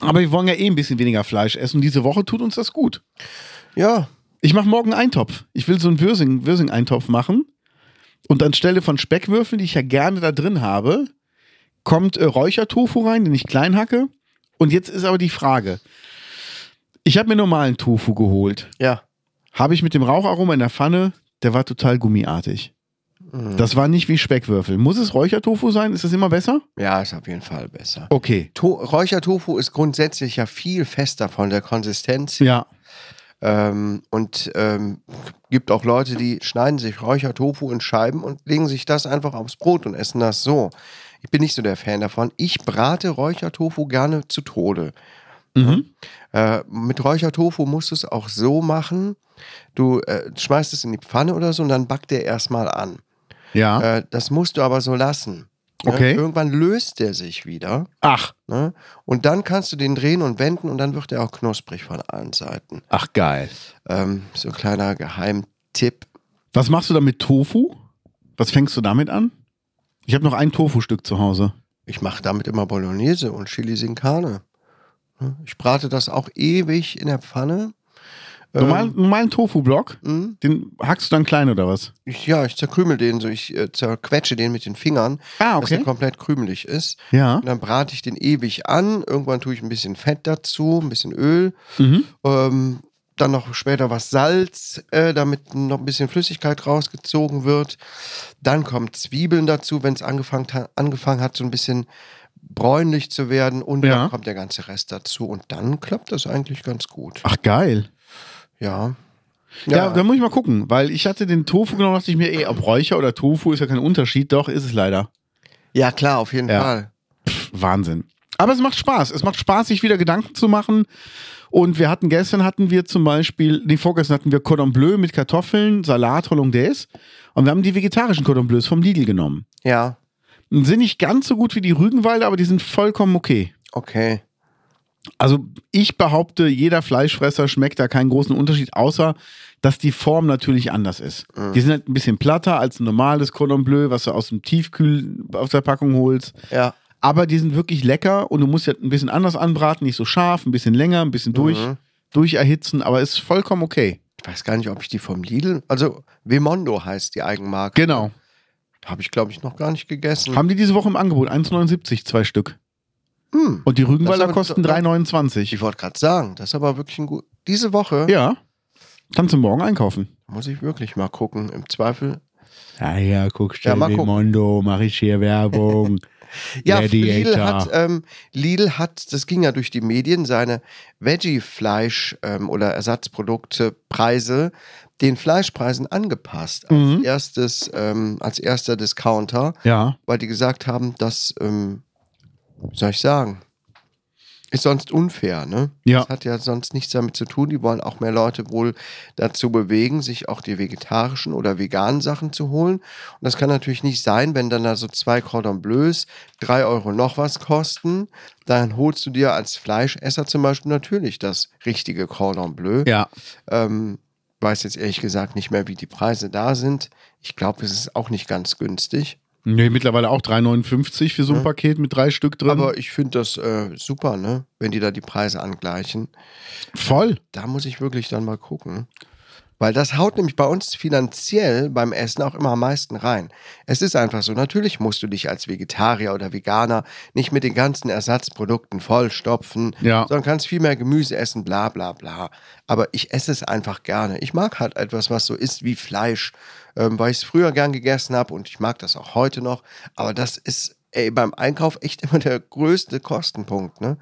Speaker 3: Aber wir wollen ja eh ein bisschen weniger Fleisch essen. Diese Woche tut uns das gut.
Speaker 2: Ja,
Speaker 3: Ich mache morgen einen Eintopf. Ich will so einen Würsing- Würsing-Eintopf machen. Und anstelle von Speckwürfeln, die ich ja gerne da drin habe, kommt äh, Räuchertofu rein, den ich klein hacke. Und jetzt ist aber die Frage. Ich habe mir normalen Tofu geholt.
Speaker 2: ja.
Speaker 3: Habe ich mit dem Raucharoma in der Pfanne, der war total gummiartig.
Speaker 2: Mhm.
Speaker 3: Das war nicht wie Speckwürfel. Muss es Räuchertofu sein? Ist das immer besser?
Speaker 2: ja, ist auf jeden Fall besser.
Speaker 3: Okay.
Speaker 2: To Räuchertofu ist grundsätzlich ja viel fester von der Konsistenz
Speaker 3: Ja.
Speaker 2: ähm, und ähm, gibt auch Leute, die schneiden sich Räuchertofu in Scheiben und legen sich das einfach aufs Brot und essen das so. Ich bin nicht so der Fan davon. Ich brate Räuchertofu gerne zu Tode.
Speaker 3: Mhm.
Speaker 2: Äh, mit Räuchertofu musst du es auch so machen. Du äh, schmeißt es in die Pfanne oder so und dann backt der erstmal an.
Speaker 3: Ja.
Speaker 2: Äh, das musst du aber so lassen. ne?
Speaker 3: Okay.
Speaker 2: Irgendwann löst der sich wieder.
Speaker 3: Ach.
Speaker 2: Ne? Und dann kannst du den drehen und wenden und dann wird er auch knusprig von allen Seiten.
Speaker 3: Ach, geil.
Speaker 2: Ähm, so kleiner Geheimtipp.
Speaker 3: Was machst du da mit Tofu? Was fängst du damit an? Ich habe noch ein Tofu-Stück zu Hause.
Speaker 2: Ich mache damit immer Bolognese und Chili sin Carne. Hm? Ich brate das auch ewig in der Pfanne.
Speaker 3: Normal, normalen Tofu-Block,
Speaker 2: Mhm.
Speaker 3: den hackst du dann klein oder was?
Speaker 2: Ich, ja, ich zerkrümel den so, ich äh, zerquetsche den mit den Fingern,
Speaker 3: Ah,
Speaker 2: dass der
Speaker 3: okay.
Speaker 2: komplett krümelig ist.
Speaker 3: Ja.
Speaker 2: Und dann brate ich den ewig an. Irgendwann tue ich ein bisschen Fett dazu, ein bisschen Öl,
Speaker 3: Mhm.
Speaker 2: ähm, dann noch später was Salz, äh, damit noch ein bisschen Flüssigkeit rausgezogen wird. Dann kommen Zwiebeln dazu, wenn es angefangen, ha- angefangen hat, so ein bisschen bräunlich zu werden. Und
Speaker 3: Ja.
Speaker 2: dann kommt der ganze Rest dazu. Und dann klappt das eigentlich ganz gut.
Speaker 3: Ach, geil.
Speaker 2: Ja.
Speaker 3: Ja, dann muss ich mal gucken, weil ich hatte den Tofu genommen, dachte ich mir, ey, ob Räucher oder Tofu ist ja kein Unterschied, doch ist es leider.
Speaker 2: ja klar, auf jeden
Speaker 3: Ja.
Speaker 2: Fall.
Speaker 3: Wahnsinn. Aber es macht Spaß. Es macht Spaß, sich wieder Gedanken zu machen. Und wir hatten gestern hatten wir zum Beispiel, nee, vorgestern hatten wir Cordon Bleu mit Kartoffeln, Salat, Hollandaise. Und wir haben die vegetarischen Cordon Bleus vom Lidl genommen.
Speaker 2: Ja,
Speaker 3: Und Sind nicht ganz so gut wie die Rügenwalder, aber die sind vollkommen okay.
Speaker 2: okay.
Speaker 3: Also ich behaupte, jeder Fleischfresser schmeckt da keinen großen Unterschied, außer dass die Form natürlich anders ist. Die sind halt ein bisschen platter als ein normales Cordon Bleu, was du aus dem Tiefkühl aus der Packung holst.
Speaker 2: Ja.
Speaker 3: Aber die sind wirklich lecker und du musst ja ein bisschen anders anbraten, nicht so scharf, ein bisschen länger, ein bisschen durch,
Speaker 2: Mhm.
Speaker 3: durcherhitzen, aber ist vollkommen okay.
Speaker 2: Ich weiß gar nicht, ob ich die vom Lidl, also Wemondo heißt die Eigenmarke.
Speaker 3: Genau.
Speaker 2: Habe ich, glaube ich, noch gar nicht gegessen.
Speaker 3: Haben die diese Woche im Angebot 1,79 zwei Stück.
Speaker 2: Hm.
Speaker 3: Und die
Speaker 2: Das ist
Speaker 3: Rügenwalder
Speaker 2: aber-
Speaker 3: kosten
Speaker 2: Ich
Speaker 3: 3,29.
Speaker 2: wollte gerade sagen, das ist aber wirklich ein gut. Diese Woche
Speaker 3: Ja. Kannst du morgen einkaufen.
Speaker 2: muss ich wirklich mal gucken. Im Zweifel.
Speaker 3: Ja, ja, guck,
Speaker 2: Ja, mal gucken.
Speaker 3: Mondo, mach ich hier Werbung.
Speaker 2: Ja, Lidl
Speaker 3: Gladiator.
Speaker 2: hat, ähm, Lidl hat, das ging ja durch die Medien, seine Veggie-Fleisch- ähm, oder Ersatzprodukte-Preise den Fleischpreisen angepasst.
Speaker 3: Mhm.
Speaker 2: Als, erstes, ähm, als erster Discounter.
Speaker 3: Ja.
Speaker 2: weil die gesagt haben, dass, ähm, wie soll ich sagen, ist sonst unfair, ne?
Speaker 3: Ja.
Speaker 2: Das hat ja sonst nichts damit zu tun. Die wollen auch mehr Leute wohl dazu bewegen, sich auch die vegetarischen oder veganen Sachen zu holen. Und das kann natürlich nicht sein, wenn dann da so zwei Cordon Bleus drei Euro noch was kosten. Dann holst du dir als Fleischesser zum Beispiel natürlich das richtige Cordon Bleu.
Speaker 3: Ja.
Speaker 2: Ähm, weiß jetzt ehrlich gesagt nicht mehr, wie die Preise da sind. Ich glaube, es ist auch nicht ganz günstig.
Speaker 3: Nee, mittlerweile auch 3,59 für so ein Paket mit drei Stück drin.
Speaker 2: Aber ich finde das äh, super, ne? Wenn die da die Preise angleichen.
Speaker 3: voll.
Speaker 2: Da muss ich wirklich dann mal gucken. Weil das haut nämlich bei uns finanziell beim Essen auch immer am meisten rein. Es ist einfach so, natürlich musst du dich als Vegetarier oder Veganer nicht mit den ganzen Ersatzprodukten vollstopfen,
Speaker 3: Ja.
Speaker 2: sondern kannst viel mehr Gemüse essen, bla bla bla. Aber ich esse es einfach gerne. Ich mag halt etwas, was so ist wie Fleisch, ähm, weil ich es früher gern gegessen habe und ich mag das auch heute noch. Aber das ist ey, beim Einkauf echt immer der größte Kostenpunkt, ne?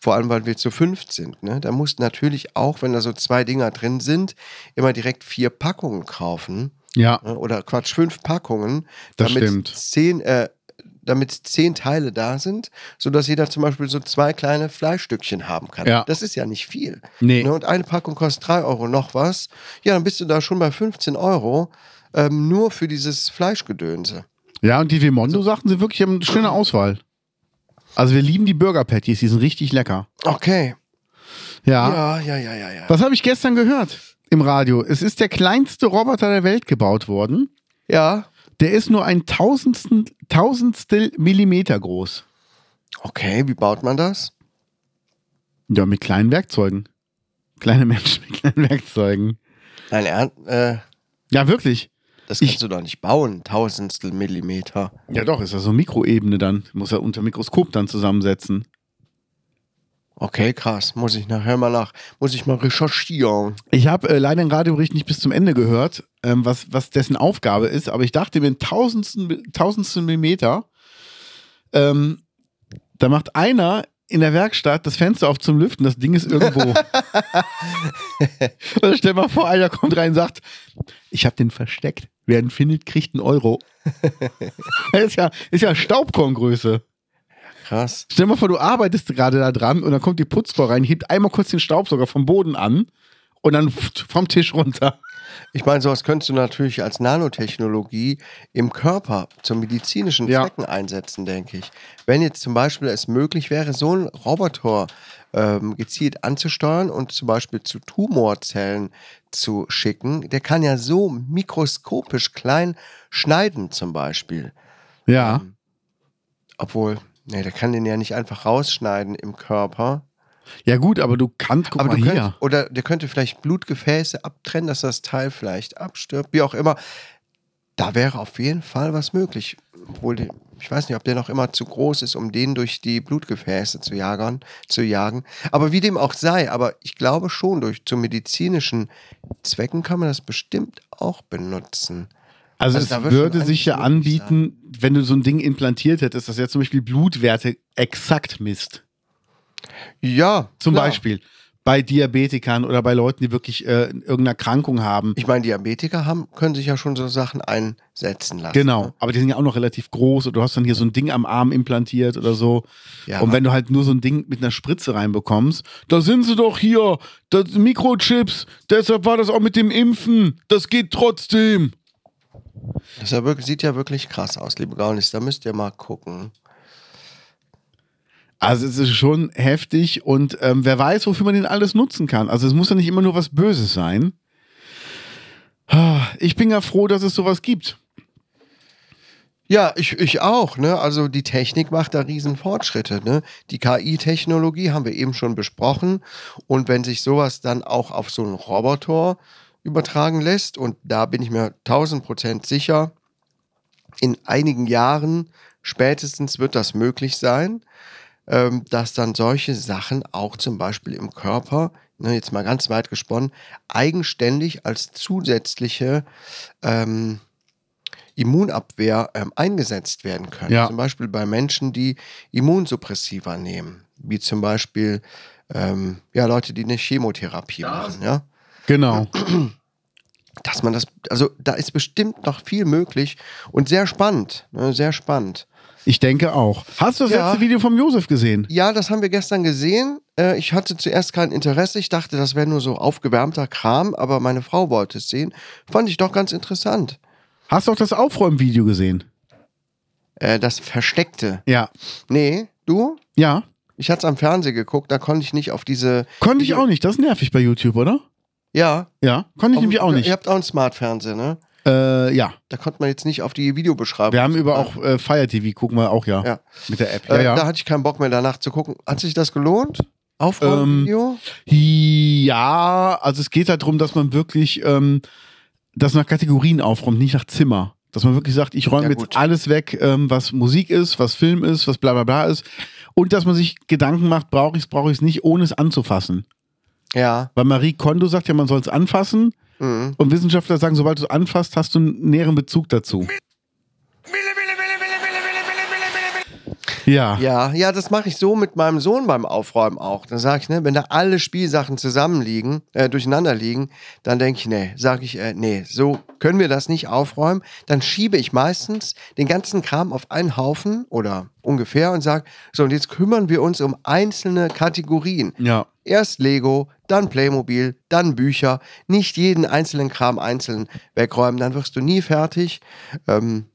Speaker 2: vor allem weil wir zu fünf sind, ne? da musst du natürlich auch, wenn da so zwei Dinger drin sind, immer direkt vier Packungen kaufen.
Speaker 3: Ja.
Speaker 2: Ne? Oder Quatsch, fünf Packungen,
Speaker 3: Das
Speaker 2: damit,
Speaker 3: stimmt.
Speaker 2: Zehn, äh, damit zehn Teile da sind, sodass jeder zum Beispiel so zwei kleine Fleischstückchen haben kann.
Speaker 3: Ja.
Speaker 2: Das ist ja nicht viel.
Speaker 3: Nee.
Speaker 2: Ne? Und eine Packung kostet drei Euro noch was. Ja, dann bist du da schon bei 15 Euro. Ähm, nur für dieses Fleischgedönse.
Speaker 3: Ja, und die Vemondo sagten sie wirklich, die haben eine schöne Auswahl. Also wir lieben die Burger Patties, die sind richtig lecker.
Speaker 2: Okay.
Speaker 3: Ja.
Speaker 2: Ja, ja, ja, ja, ja.
Speaker 3: Ah. Was habe ich gestern gehört im Radio? Es ist der kleinste Roboter der Welt gebaut worden.
Speaker 2: Ja.
Speaker 3: Der ist nur ein tausendstel, tausendstel Millimeter groß.
Speaker 2: Okay, wie baut man das?
Speaker 3: Ja, mit kleinen Werkzeugen. Kleine Menschen mit kleinen Werkzeugen.
Speaker 2: Nein, ernst. Äh,
Speaker 3: Ja, wirklich.
Speaker 2: Das
Speaker 3: Ich-
Speaker 2: kannst du doch nicht bauen, tausendstel Millimeter.
Speaker 3: Ja, doch, ist ja so Mikroebene dann. Muss er unter Mikroskop dann zusammensetzen.
Speaker 2: Okay, krass. Muss ich nachher mal nach, muss ich mal recherchieren.
Speaker 3: Ich habe äh, leider den Radiobericht nicht bis zum Ende gehört, ähm, was, was dessen Aufgabe ist, aber ich dachte mir, einen tausendsten, tausendsten Millimeter, ähm, da macht einer in der Werkstatt das Fenster auf zum Lüften, das Ding ist irgendwo. Und stell mal vor, einer kommt rein und sagt, ich habe den versteckt. Wer ihn findet, kriegt einen Euro. das ist ja, ist ja Staubkorngröße.
Speaker 2: Krass.
Speaker 3: Stell dir mal vor, du arbeitest gerade da dran und dann kommt die Putzfrau rein, hebt einmal kurz den Staubsauger vom Boden an und dann vom Tisch runter.
Speaker 2: Ich meine, sowas könntest du natürlich als Nanotechnologie im Körper zu medizinischen
Speaker 3: Ja.
Speaker 2: Zwecken einsetzen, denke ich. Wenn jetzt zum Beispiel es möglich wäre, so einen Roboter ähm, gezielt anzusteuern und zum Beispiel zu Tumorzellen zu schicken, der kann ja so mikroskopisch klein schneiden, zum Beispiel. Ähm,
Speaker 3: Ja.
Speaker 2: Obwohl, nee, der kann den ja nicht einfach rausschneiden im Körper.
Speaker 3: Ja, gut, aber du kannst, guck
Speaker 2: Aber
Speaker 3: mal
Speaker 2: du
Speaker 3: hier.
Speaker 2: könnt, oder der könnte vielleicht Blutgefäße abtrennen, dass das Teil vielleicht abstirbt, wie auch immer. Da wäre auf jeden Fall was möglich. Obwohl, die- ich weiß nicht, ob der noch immer zu groß ist, um den durch die Blutgefäße zu jagern, zu jagen. Aber wie dem auch sei, aber ich glaube schon, durch zu medizinischen Zwecken kann man das bestimmt auch benutzen.
Speaker 3: Also,
Speaker 2: Also da
Speaker 3: es
Speaker 2: wird
Speaker 3: würde
Speaker 2: schon
Speaker 3: sich ja
Speaker 2: eigentlich möglich
Speaker 3: anbieten, wenn du so ein Ding implantiert hättest, dass er zum Beispiel Blutwerte exakt misst.
Speaker 2: Ja.
Speaker 3: Zum
Speaker 2: klar.
Speaker 3: Beispiel bei Diabetikern oder bei Leuten, die wirklich äh, irgendeine Erkrankung haben.
Speaker 2: Ich meine, Diabetiker haben, können sich ja schon so Sachen einsetzen lassen.
Speaker 3: Genau,
Speaker 2: ne?
Speaker 3: aber die sind ja auch noch relativ groß und du hast dann hier so ein Ding am Arm implantiert oder so.
Speaker 2: Ja.
Speaker 3: Und wenn du halt nur so ein Ding mit einer Spritze reinbekommst, da sind sie doch hier, das sind Mikrochips, deshalb war das auch mit dem Impfen, das geht trotzdem.
Speaker 2: Das ja wirklich, sieht ja wirklich krass aus, liebe Gaunis. Da müsst ihr mal gucken.
Speaker 3: Also es ist schon heftig und ähm, wer weiß, wofür man den alles nutzen kann. Also es muss ja nicht immer nur was Böses sein. Ah, Ich bin ja froh, dass es sowas gibt.
Speaker 2: Ja, ich, ich auch, ne? Also die Technik macht da riesen Fortschritte, ne? Die KI-Technologie haben wir eben schon besprochen. Und wenn sich sowas dann auch auf so einen Roboter übertragen lässt, und da bin ich mir 1000 Prozent sicher, in einigen Jahren spätestens wird das möglich sein, ähm, dass dann solche Sachen auch zum Beispiel im Körper, ne, jetzt mal ganz weit gesponnen, eigenständig als zusätzliche ähm, Immunabwehr ähm, eingesetzt werden können.
Speaker 3: Ja.
Speaker 2: Zum Beispiel bei Menschen, die Immunsuppressiva nehmen, wie zum Beispiel ähm, ja, Leute, die eine Chemotherapie machen. Ja?
Speaker 3: Genau.
Speaker 2: dass man das, also da ist bestimmt noch viel möglich und sehr spannend, ne, sehr spannend.
Speaker 3: Ich denke auch. Hast du das
Speaker 2: Ja.
Speaker 3: letzte Video vom Josef gesehen?
Speaker 2: Ja, das haben wir gestern gesehen. Äh, ich hatte zuerst kein Interesse, ich dachte, das wäre nur so aufgewärmter Kram, aber meine Frau wollte es sehen. Fand ich doch ganz interessant.
Speaker 3: Hast du auch das Aufräumvideo gesehen?
Speaker 2: Äh, das Versteckte.
Speaker 3: Ja.
Speaker 2: Nee, du?
Speaker 3: Ja.
Speaker 2: Ich hatte es am Fernsehen geguckt, da konnte ich nicht auf diese.
Speaker 3: Konnte ich auch nicht. Das ist nervig bei YouTube, oder?
Speaker 2: Ja,
Speaker 3: Ja. Konnte ich
Speaker 2: auf-
Speaker 3: nämlich auch nicht.
Speaker 2: Ihr habt auch einen Smartfernseher, ne?
Speaker 3: Äh, ja.
Speaker 2: Da konnte man jetzt nicht auf die Videobeschreibung.
Speaker 3: Wir haben über auch äh, Fire TV, gucken wir auch, ja.
Speaker 2: Ja.
Speaker 3: Mit der App.
Speaker 2: Äh,
Speaker 3: Ja,
Speaker 2: Da
Speaker 3: ja.
Speaker 2: hatte ich keinen Bock mehr danach zu gucken. Hat sich das gelohnt?
Speaker 3: Ähm,
Speaker 2: Aufräumvideo?
Speaker 3: ja, also es geht halt darum, dass man wirklich ähm, das nach Kategorien aufräumt, nicht nach Zimmer. Dass man wirklich sagt, ich räume
Speaker 2: Ja,
Speaker 3: jetzt
Speaker 2: gut.
Speaker 3: alles weg, ähm, was Musik ist, was Film ist, was bla bla bla ist. Und dass man sich Gedanken macht, brauche ich es, brauche ich es nicht, ohne es anzufassen.
Speaker 2: ja.
Speaker 3: Weil Marie Kondo sagt ja, man soll es anfassen.
Speaker 2: Mhm.
Speaker 3: Und Wissenschaftler sagen, sobald du es anfasst, hast du einen näheren Bezug dazu. Ja.
Speaker 2: Ja, ja, das mache ich so mit meinem Sohn beim Aufräumen auch. Dann sage ich, ne, wenn da alle Spielsachen zusammenliegen, äh, durcheinander liegen, dann denke ich, nee, sage ich, äh, nee, so können wir das nicht aufräumen. Dann schiebe ich meistens den ganzen Kram auf einen Haufen oder ungefähr und sage, so und jetzt kümmern wir uns um einzelne Kategorien.
Speaker 3: Ja.
Speaker 2: Erst Lego, dann Playmobil, dann Bücher. Nicht jeden einzelnen Kram einzeln wegräumen, dann wirst du nie fertig. Ähm,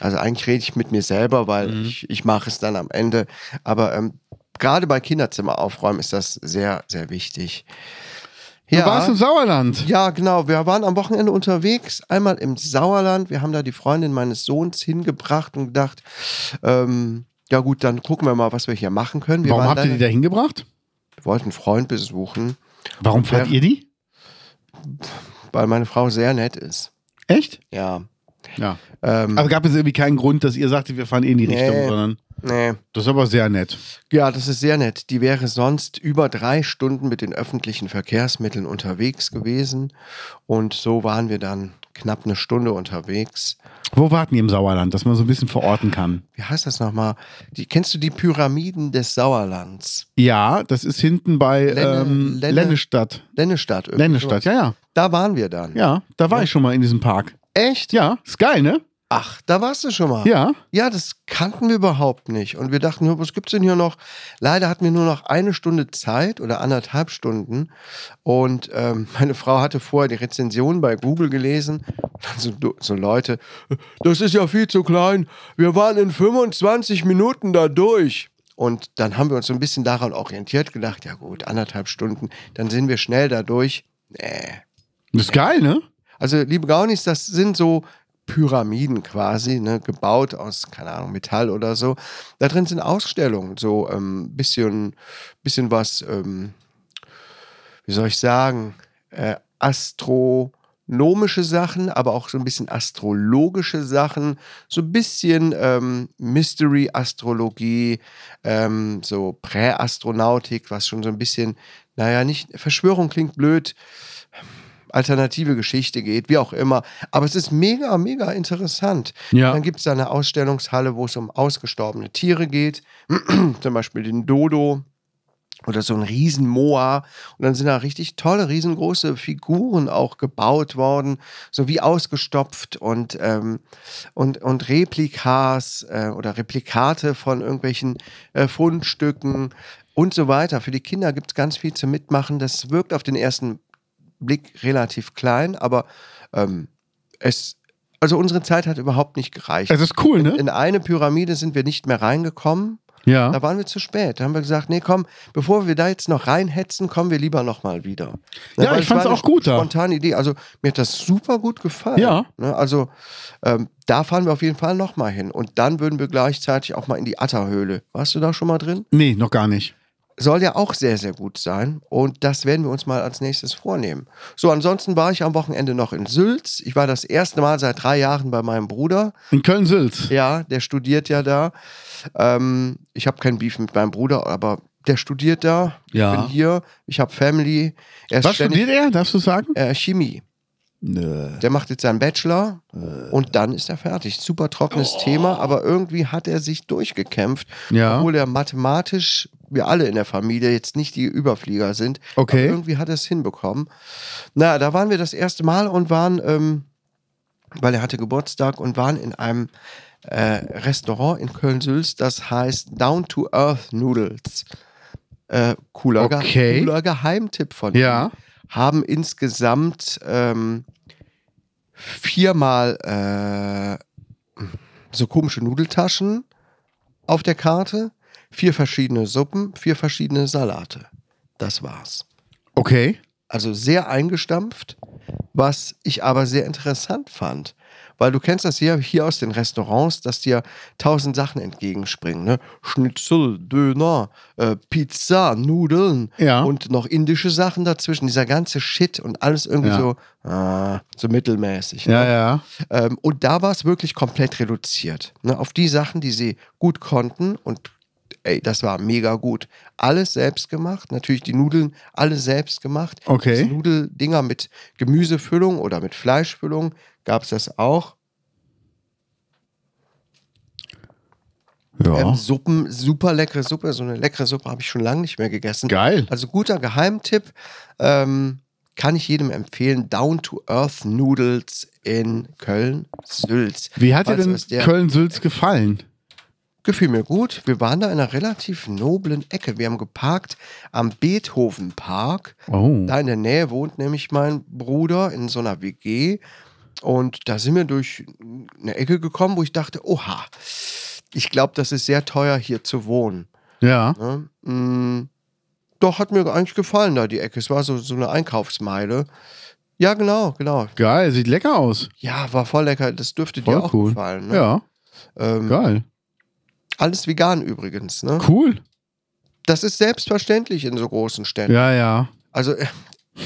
Speaker 2: also eigentlich rede ich mit mir selber, weil
Speaker 3: Mhm.
Speaker 2: ich, ich mache es dann am Ende. Aber ähm, gerade bei Kinderzimmer aufräumen ist das sehr, sehr wichtig.
Speaker 3: Du warst im Sauerland.
Speaker 2: Ja, genau. Wir waren am Wochenende unterwegs, einmal im Sauerland. Wir haben da die Freundin meines Sohns hingebracht und gedacht, ähm, ja gut, dann gucken wir mal, was wir hier machen können. Wir
Speaker 3: Warum
Speaker 2: waren
Speaker 3: habt ihr die
Speaker 2: leider-
Speaker 3: da hingebracht?
Speaker 2: Wir wollten einen Freund besuchen.
Speaker 3: Warum
Speaker 2: fährt
Speaker 3: fahrt ihr die?
Speaker 2: weil meine Frau sehr nett ist.
Speaker 3: Echt?
Speaker 2: Ja.
Speaker 3: Ja.
Speaker 2: Ähm,
Speaker 3: Also gab es irgendwie keinen Grund, dass ihr sagtet, wir fahren eh in die
Speaker 2: Nee.
Speaker 3: Richtung, sondern
Speaker 2: nee.
Speaker 3: das ist aber sehr nett.
Speaker 2: Ja, das ist sehr nett. Die wäre sonst über drei Stunden mit den öffentlichen Verkehrsmitteln unterwegs gewesen. Und so waren wir dann knapp eine Stunde unterwegs.
Speaker 3: Wo warten die im Sauerland, dass man so ein bisschen verorten kann?
Speaker 2: Wie heißt das nochmal? Die, kennst du die Pyramiden des Sauerlands?
Speaker 3: Ja, das ist hinten bei
Speaker 2: Lenne-
Speaker 3: ähm,
Speaker 2: Lenne-
Speaker 3: Lennestadt.
Speaker 2: Lennestadt. irgendwie
Speaker 3: Lennestadt, ja, ja.
Speaker 2: So. Da waren wir dann.
Speaker 3: Ja, da war ich schon mal in diesem Park.
Speaker 2: Echt?
Speaker 3: Ja, ist geil, ne?
Speaker 2: Ach, da warst du schon mal.
Speaker 3: Ja.
Speaker 2: Ja, das kannten wir überhaupt nicht. Und wir dachten, nur, was gibt's denn hier noch? Leider hatten wir nur noch eine Stunde Zeit oder anderthalb Stunden. Und ähm, meine Frau hatte vorher die Rezension bei Google gelesen. Und dann so, du- so Leute, das ist ja viel zu klein. Wir waren in 25 Minuten da durch. Und dann haben wir uns so ein bisschen daran orientiert, gedacht, ja gut, anderthalb Stunden, dann sind wir schnell da durch. Nee.
Speaker 3: Ist geil, ne?
Speaker 2: Also, liebe Gaunis, das sind so Pyramiden quasi, ne, gebaut aus, keine Ahnung, Metall oder so. Da drin sind Ausstellungen, so ähm, bisschen, bisschen was, ähm, wie soll ich sagen, äh, astronomische Sachen, aber auch so ein bisschen astrologische Sachen, so ein bisschen ähm, Mystery, Astrologie, ähm, so Präastronautik, was schon so ein bisschen, naja, nicht, Verschwörung klingt blöd, alternative Geschichte geht, wie auch immer. Aber es ist mega, mega interessant.
Speaker 3: Ja.
Speaker 2: Dann gibt es da eine Ausstellungshalle, wo es um ausgestorbene Tiere geht, zum Beispiel den Dodo oder so ein Riesenmoa. Und dann sind da richtig tolle, riesengroße Figuren auch gebaut worden, so wie ausgestopft und, ähm, und, und Replikas äh, oder Replikate von irgendwelchen äh, Fundstücken und so weiter. Für die Kinder gibt es ganz viel zu mitmachen. Das wirkt auf den ersten Blick relativ klein, aber ähm, es, also unsere Zeit hat überhaupt nicht gereicht.
Speaker 3: Es ist cool, ne?
Speaker 2: In eine Pyramide sind wir nicht mehr reingekommen. Da
Speaker 3: Ja.
Speaker 2: waren wir zu spät. Da haben wir gesagt, nee, komm, bevor wir da jetzt noch reinhetzen, kommen wir lieber nochmal wieder.
Speaker 3: Ja,
Speaker 2: weil
Speaker 3: ich
Speaker 2: es
Speaker 3: fand's
Speaker 2: war eine
Speaker 3: auch gut da.
Speaker 2: Spontane Idee. Also mir hat das super gut gefallen.
Speaker 3: Ja.
Speaker 2: Ne, also ähm, da fahren wir auf jeden Fall nochmal hin. Und dann würden wir gleichzeitig auch mal in die Atterhöhle. Warst du da schon mal drin?
Speaker 3: Nee, noch gar nicht.
Speaker 2: Soll ja auch sehr, sehr gut sein. Und das werden wir uns mal als nächstes vornehmen. So, ansonsten war ich am Wochenende noch in Sülz. Ich war das erste Mal seit drei Jahren bei meinem Bruder.
Speaker 3: In Köln-Sülz.
Speaker 2: Ja, der studiert ja da. Ähm, ich habe kein Beef mit meinem Bruder, aber der studiert da.
Speaker 3: Ja.
Speaker 2: Ich bin hier, ich habe Family. Er ist
Speaker 3: Was
Speaker 2: ständig-
Speaker 3: studiert er? Darfst du sagen?
Speaker 2: Äh, Chemie.
Speaker 3: Nö.
Speaker 2: Der macht jetzt seinen Bachelor
Speaker 3: Äh.
Speaker 2: und dann ist er fertig. Super trockenes Thema, aber irgendwie hat er sich durchgekämpft,
Speaker 3: Oh. Ja.
Speaker 2: obwohl er mathematisch, wir alle in der Familie, jetzt nicht die Überflieger sind. Aber
Speaker 3: Okay.
Speaker 2: irgendwie hat er es hinbekommen. Na, da waren wir das erste Mal und waren, ähm, weil er hatte Geburtstag und waren in einem äh, Restaurant in Köln-Sülz, das heißt Down to Earth Noodles. Äh, cooler, Ge-
Speaker 3: Okay.
Speaker 2: cooler Geheimtipp von
Speaker 3: Ja.
Speaker 2: ihm. Haben insgesamt ähm, viermal äh, so komische Nudeltaschen auf der Karte, vier verschiedene Suppen, vier verschiedene Salate. Das war's.
Speaker 3: Okay.
Speaker 2: Also sehr eingestampft, was ich aber sehr interessant fand. Weil du kennst das hier, hier aus den Restaurants, dass dir tausend Sachen entgegenspringen. Ne? Schnitzel, Döner, äh, Pizza, Nudeln
Speaker 3: Ja.
Speaker 2: und noch indische Sachen dazwischen. Dieser ganze Shit und alles irgendwie
Speaker 3: Ja.
Speaker 2: so, ah, so mittelmäßig.
Speaker 3: Ja,
Speaker 2: ne?
Speaker 3: ja.
Speaker 2: Ähm, und da war es wirklich komplett reduziert. Ne? Auf die Sachen, die sie gut konnten und ey, das war mega gut. Alles selbst gemacht, natürlich die Nudeln alle selbst gemacht.
Speaker 3: Okay.
Speaker 2: Diese Nudeldinger mit Gemüsefüllung oder mit Fleischfüllung gab es das auch.
Speaker 3: Ja.
Speaker 2: Ähm, Suppen, super leckere Suppe. So eine leckere Suppe habe ich schon lange nicht mehr gegessen.
Speaker 3: Geil.
Speaker 2: Also guter Geheimtipp. Ähm, kann ich jedem empfehlen. Down to Earth Noodles in Köln, Sülz.
Speaker 3: Wie hat dir
Speaker 2: Falls
Speaker 3: denn
Speaker 2: es der-
Speaker 3: Köln-Sülz gefallen?
Speaker 2: Gefiel mir gut. Wir waren da in einer relativ noblen Ecke. Wir haben geparkt am Beethovenpark.
Speaker 3: Oh.
Speaker 2: Da in der Nähe wohnt nämlich mein Bruder in so einer WG. Und da sind wir durch eine Ecke gekommen, wo ich dachte, oha, ich glaube, das ist sehr teuer, hier zu wohnen.
Speaker 3: Ja.
Speaker 2: Ne? Mm, doch, hat mir eigentlich gefallen da die Ecke. Es war so, so eine Einkaufsmeile. Ja, genau, genau.
Speaker 3: Geil, sieht lecker aus.
Speaker 2: Ja, war voll lecker. Das dürfte
Speaker 3: Voll
Speaker 2: dir auch
Speaker 3: cool.
Speaker 2: gefallen. Ne?
Speaker 3: Ja,
Speaker 2: Ähm,
Speaker 3: geil.
Speaker 2: Alles vegan übrigens. Ne?
Speaker 3: Cool.
Speaker 2: Das ist selbstverständlich in so großen Städten.
Speaker 3: Ja, ja.
Speaker 2: Also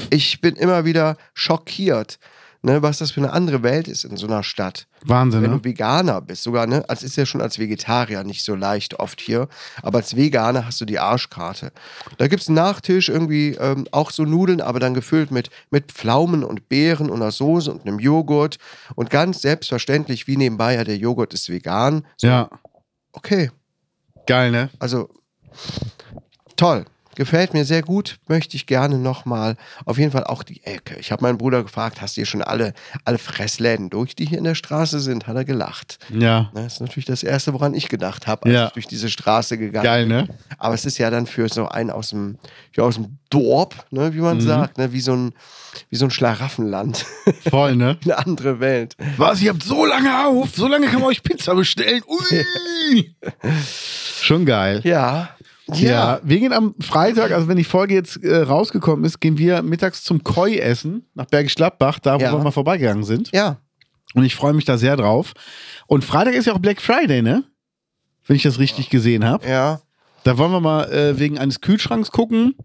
Speaker 2: ich bin immer wieder schockiert, ne, was das für eine andere Welt ist in so einer Stadt.
Speaker 3: Wahnsinn,
Speaker 2: Wenn
Speaker 3: ne?
Speaker 2: du Veganer bist, sogar, ne? Das ist ja schon als Vegetarier nicht so leicht oft hier. Aber als Veganer hast du die Arschkarte. Da gibt es einen Nachtisch, irgendwie ähm, auch so Nudeln, aber dann gefüllt mit, mit Pflaumen und Beeren und einer Soße und einem Joghurt. Und ganz selbstverständlich, wie nebenbei, ja, der Joghurt ist vegan. So,
Speaker 3: Ja.
Speaker 2: Okay,
Speaker 3: Geil, ne?
Speaker 2: also toll. Gefällt mir sehr gut, möchte ich gerne nochmal. Auf jeden Fall auch die Ecke. Ich habe meinen Bruder gefragt, hast du hier schon alle, alle Fressläden durch, die hier in der Straße sind? Hat er gelacht.
Speaker 3: Ja.
Speaker 2: Ne, Das ist natürlich das Erste, woran ich gedacht habe, als
Speaker 3: Ja.
Speaker 2: ich durch diese Straße gegangen
Speaker 3: Geil,
Speaker 2: bin.
Speaker 3: ne?
Speaker 2: Aber es ist ja dann für so einen aus dem, ja, aus dem Dorf, ne, wie
Speaker 3: Mhm.
Speaker 2: man sagt, ne, wie, so ein, wie so ein Schlaraffenland,
Speaker 3: Voll, ne?
Speaker 2: eine andere Welt.
Speaker 3: Was? Ihr habt so lange auf. So lange kann man euch Pizza bestellen. Ui. Schon geil.
Speaker 2: Ja.
Speaker 3: Ja. wir gehen am Freitag, also wenn die Folge jetzt äh, rausgekommen ist, gehen wir mittags zum Koi essen nach Bergisch Gladbach, da wo
Speaker 2: Ja.
Speaker 3: wir mal vorbeigegangen sind.
Speaker 2: Ja.
Speaker 3: Und ich freue mich da sehr drauf. Und Freitag ist ja auch Black Friday, ne? Wenn ich das richtig gesehen habe.
Speaker 2: Ja.
Speaker 3: Da wollen wir mal äh, wegen eines Kühlschranks gucken.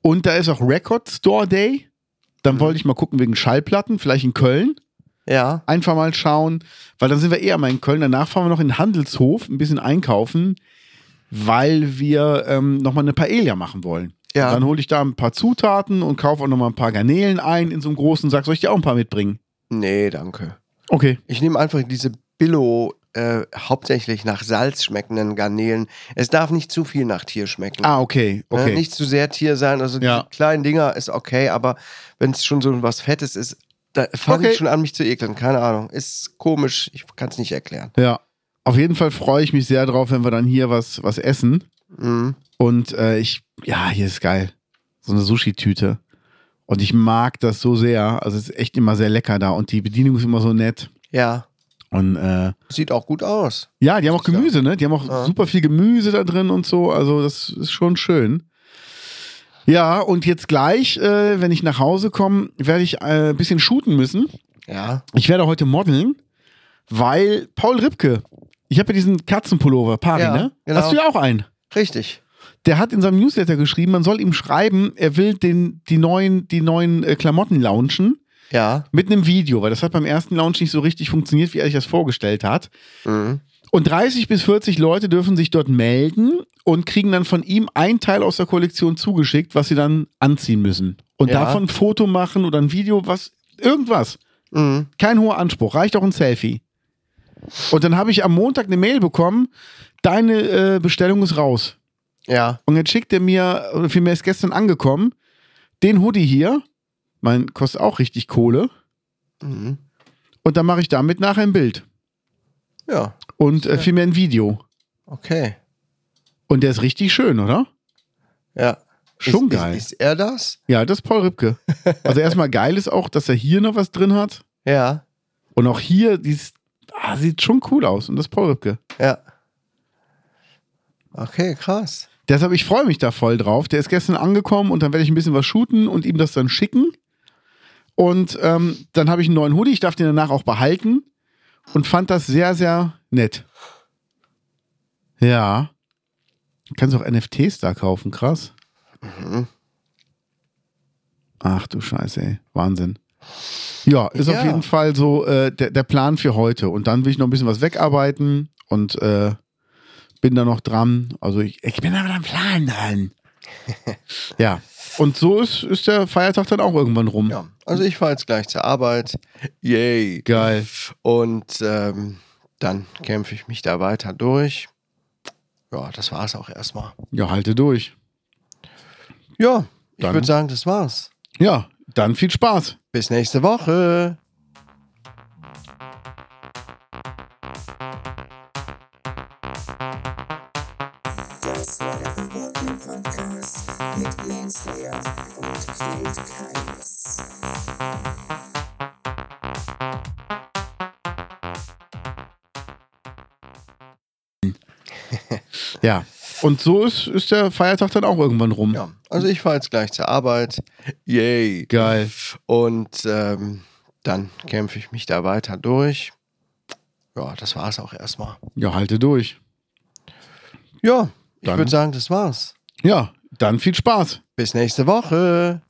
Speaker 3: Und da ist auch Record Store Day.
Speaker 2: Mhm.
Speaker 3: Dann wollte ich mal gucken wegen Schallplatten, vielleicht in Köln.
Speaker 2: Ja.
Speaker 3: Einfach mal schauen, weil dann sind wir eher mal in Köln. Danach fahren wir noch in den Handelshof ein bisschen einkaufen, weil wir ähm, nochmal eine Paella machen wollen.
Speaker 2: Ja.
Speaker 3: Dann hole ich da ein paar Zutaten und kaufe auch nochmal ein paar Garnelen ein in so einem großen Sack. Soll ich dir auch ein paar mitbringen?
Speaker 2: Nee, danke.
Speaker 3: Okay.
Speaker 2: Ich nehme einfach diese Billo äh, hauptsächlich nach Salz schmeckenden Garnelen. Es darf nicht zu viel nach Tier schmecken.
Speaker 3: Ah, okay,
Speaker 2: Ne?
Speaker 3: okay.
Speaker 2: Nicht zu sehr Tier sein. Also
Speaker 3: Ja.
Speaker 2: die kleinen Dinger ist okay, aber wenn es schon so was Fettes ist, da fange
Speaker 3: Okay.
Speaker 2: ich schon an, mich zu ekeln. Keine Ahnung. Ist komisch. Ich kann es nicht erklären.
Speaker 3: Ja. Auf jeden Fall freue ich mich sehr drauf, wenn wir dann hier was, was essen.
Speaker 2: Mhm.
Speaker 3: Und äh, ich, ja, hier ist geil. So eine Sushi-Tüte. Und ich mag das so sehr. Also es ist echt immer sehr lecker da. Und die Bedienung ist immer so nett.
Speaker 2: Ja.
Speaker 3: Und äh,
Speaker 2: Sieht auch gut aus.
Speaker 3: ja, die haben auch
Speaker 2: Ja.
Speaker 3: Gemüse, ne? Die haben auch
Speaker 2: Ja.
Speaker 3: super viel Gemüse da drin und so. Also das ist schon schön. Ja, und jetzt gleich, äh, wenn ich nach Hause komme, werde ich äh, ein bisschen shooten müssen.
Speaker 2: Ja.
Speaker 3: Ich werde heute modeln, weil Paul Ripke, ich habe ja diesen Katzenpullover, Pari,
Speaker 2: Ja,
Speaker 3: ne?
Speaker 2: genau.
Speaker 3: Hast du ja auch einen.
Speaker 2: Richtig.
Speaker 3: Der hat in seinem Newsletter geschrieben, man soll ihm schreiben, er will den, die neuen, die neuen äh, Klamotten launchen
Speaker 2: Ja.
Speaker 3: mit einem Video, weil das hat beim ersten Launch nicht so richtig funktioniert, wie er sich das vorgestellt hat.
Speaker 2: Mhm.
Speaker 3: Und 30 bis 40 Leute dürfen sich dort melden und kriegen dann von ihm ein Teil aus der Kollektion zugeschickt, was sie dann anziehen müssen. Und
Speaker 2: Ja.
Speaker 3: davon ein Foto machen oder ein Video, was, irgendwas.
Speaker 2: Mhm.
Speaker 3: Kein hoher Anspruch, reicht auch ein Selfie. Und dann habe ich am Montag eine Mail bekommen, deine äh, Bestellung ist raus.
Speaker 2: Ja.
Speaker 3: Und jetzt schickt er mir, oder vielmehr ist gestern angekommen, den Hoodie hier. Mein kostet auch richtig Kohle.
Speaker 2: Mhm.
Speaker 3: Und dann mache ich damit nachher ein Bild.
Speaker 2: Ja.
Speaker 3: Und äh, vielmehr ein Video.
Speaker 2: Okay.
Speaker 3: Und der ist richtig schön, oder?
Speaker 2: Ja.
Speaker 3: Schon
Speaker 2: ist,
Speaker 3: geil.
Speaker 2: Ist, ist er das?
Speaker 3: Ja, das ist Paul Ripke. Also erstmal geil ist auch, dass er hier noch was drin hat.
Speaker 2: Ja.
Speaker 3: Und auch hier, dies, ah, sieht schon cool aus. Und das ist Paul Ripke.
Speaker 2: Ja. Okay, krass.
Speaker 3: Deshalb, ich freue mich da voll drauf. Der ist gestern angekommen und dann werde ich ein bisschen was shooten und ihm das dann schicken. Und ähm, dann habe ich einen neuen Hoodie. Ich darf den danach auch behalten und fand das sehr, sehr nett. Ja. Du kannst auch NFTs da kaufen, krass. Mhm. Ach du Scheiße, ey. Wahnsinn. Ja, ist
Speaker 2: Ja.
Speaker 3: auf jeden Fall so äh, der, der Plan für heute. Und dann will ich noch ein bisschen was wegarbeiten und äh, bin da noch dran. Also ich, ich bin da mit einem Plan dran. ja. Und so ist, ist der Feiertag dann auch irgendwann rum.
Speaker 2: Ja. Also ich fahre jetzt gleich zur Arbeit. Yay.
Speaker 3: Geil.
Speaker 2: Und ähm, dann kämpfe ich mich da weiter durch. Ja, das war's auch erstmal.
Speaker 3: Ja, halte durch.
Speaker 2: Ja, ich
Speaker 3: Dann-
Speaker 2: würde sagen, das war's.
Speaker 3: Ja, dann viel Spaß.
Speaker 2: Bis nächste Woche.
Speaker 3: Ja. Und so ist, ist der Feiertag dann auch irgendwann rum.
Speaker 2: Ja, also ich fahre jetzt gleich zur Arbeit. Yay.
Speaker 3: Geil.
Speaker 2: Und ähm, dann kämpfe ich mich da weiter durch. Ja, das war's auch erstmal.
Speaker 3: Ja, halte durch.
Speaker 2: Ja, ich
Speaker 3: Dann-
Speaker 2: würde sagen, das war's.
Speaker 3: Ja, dann viel Spaß.
Speaker 2: Bis nächste Woche.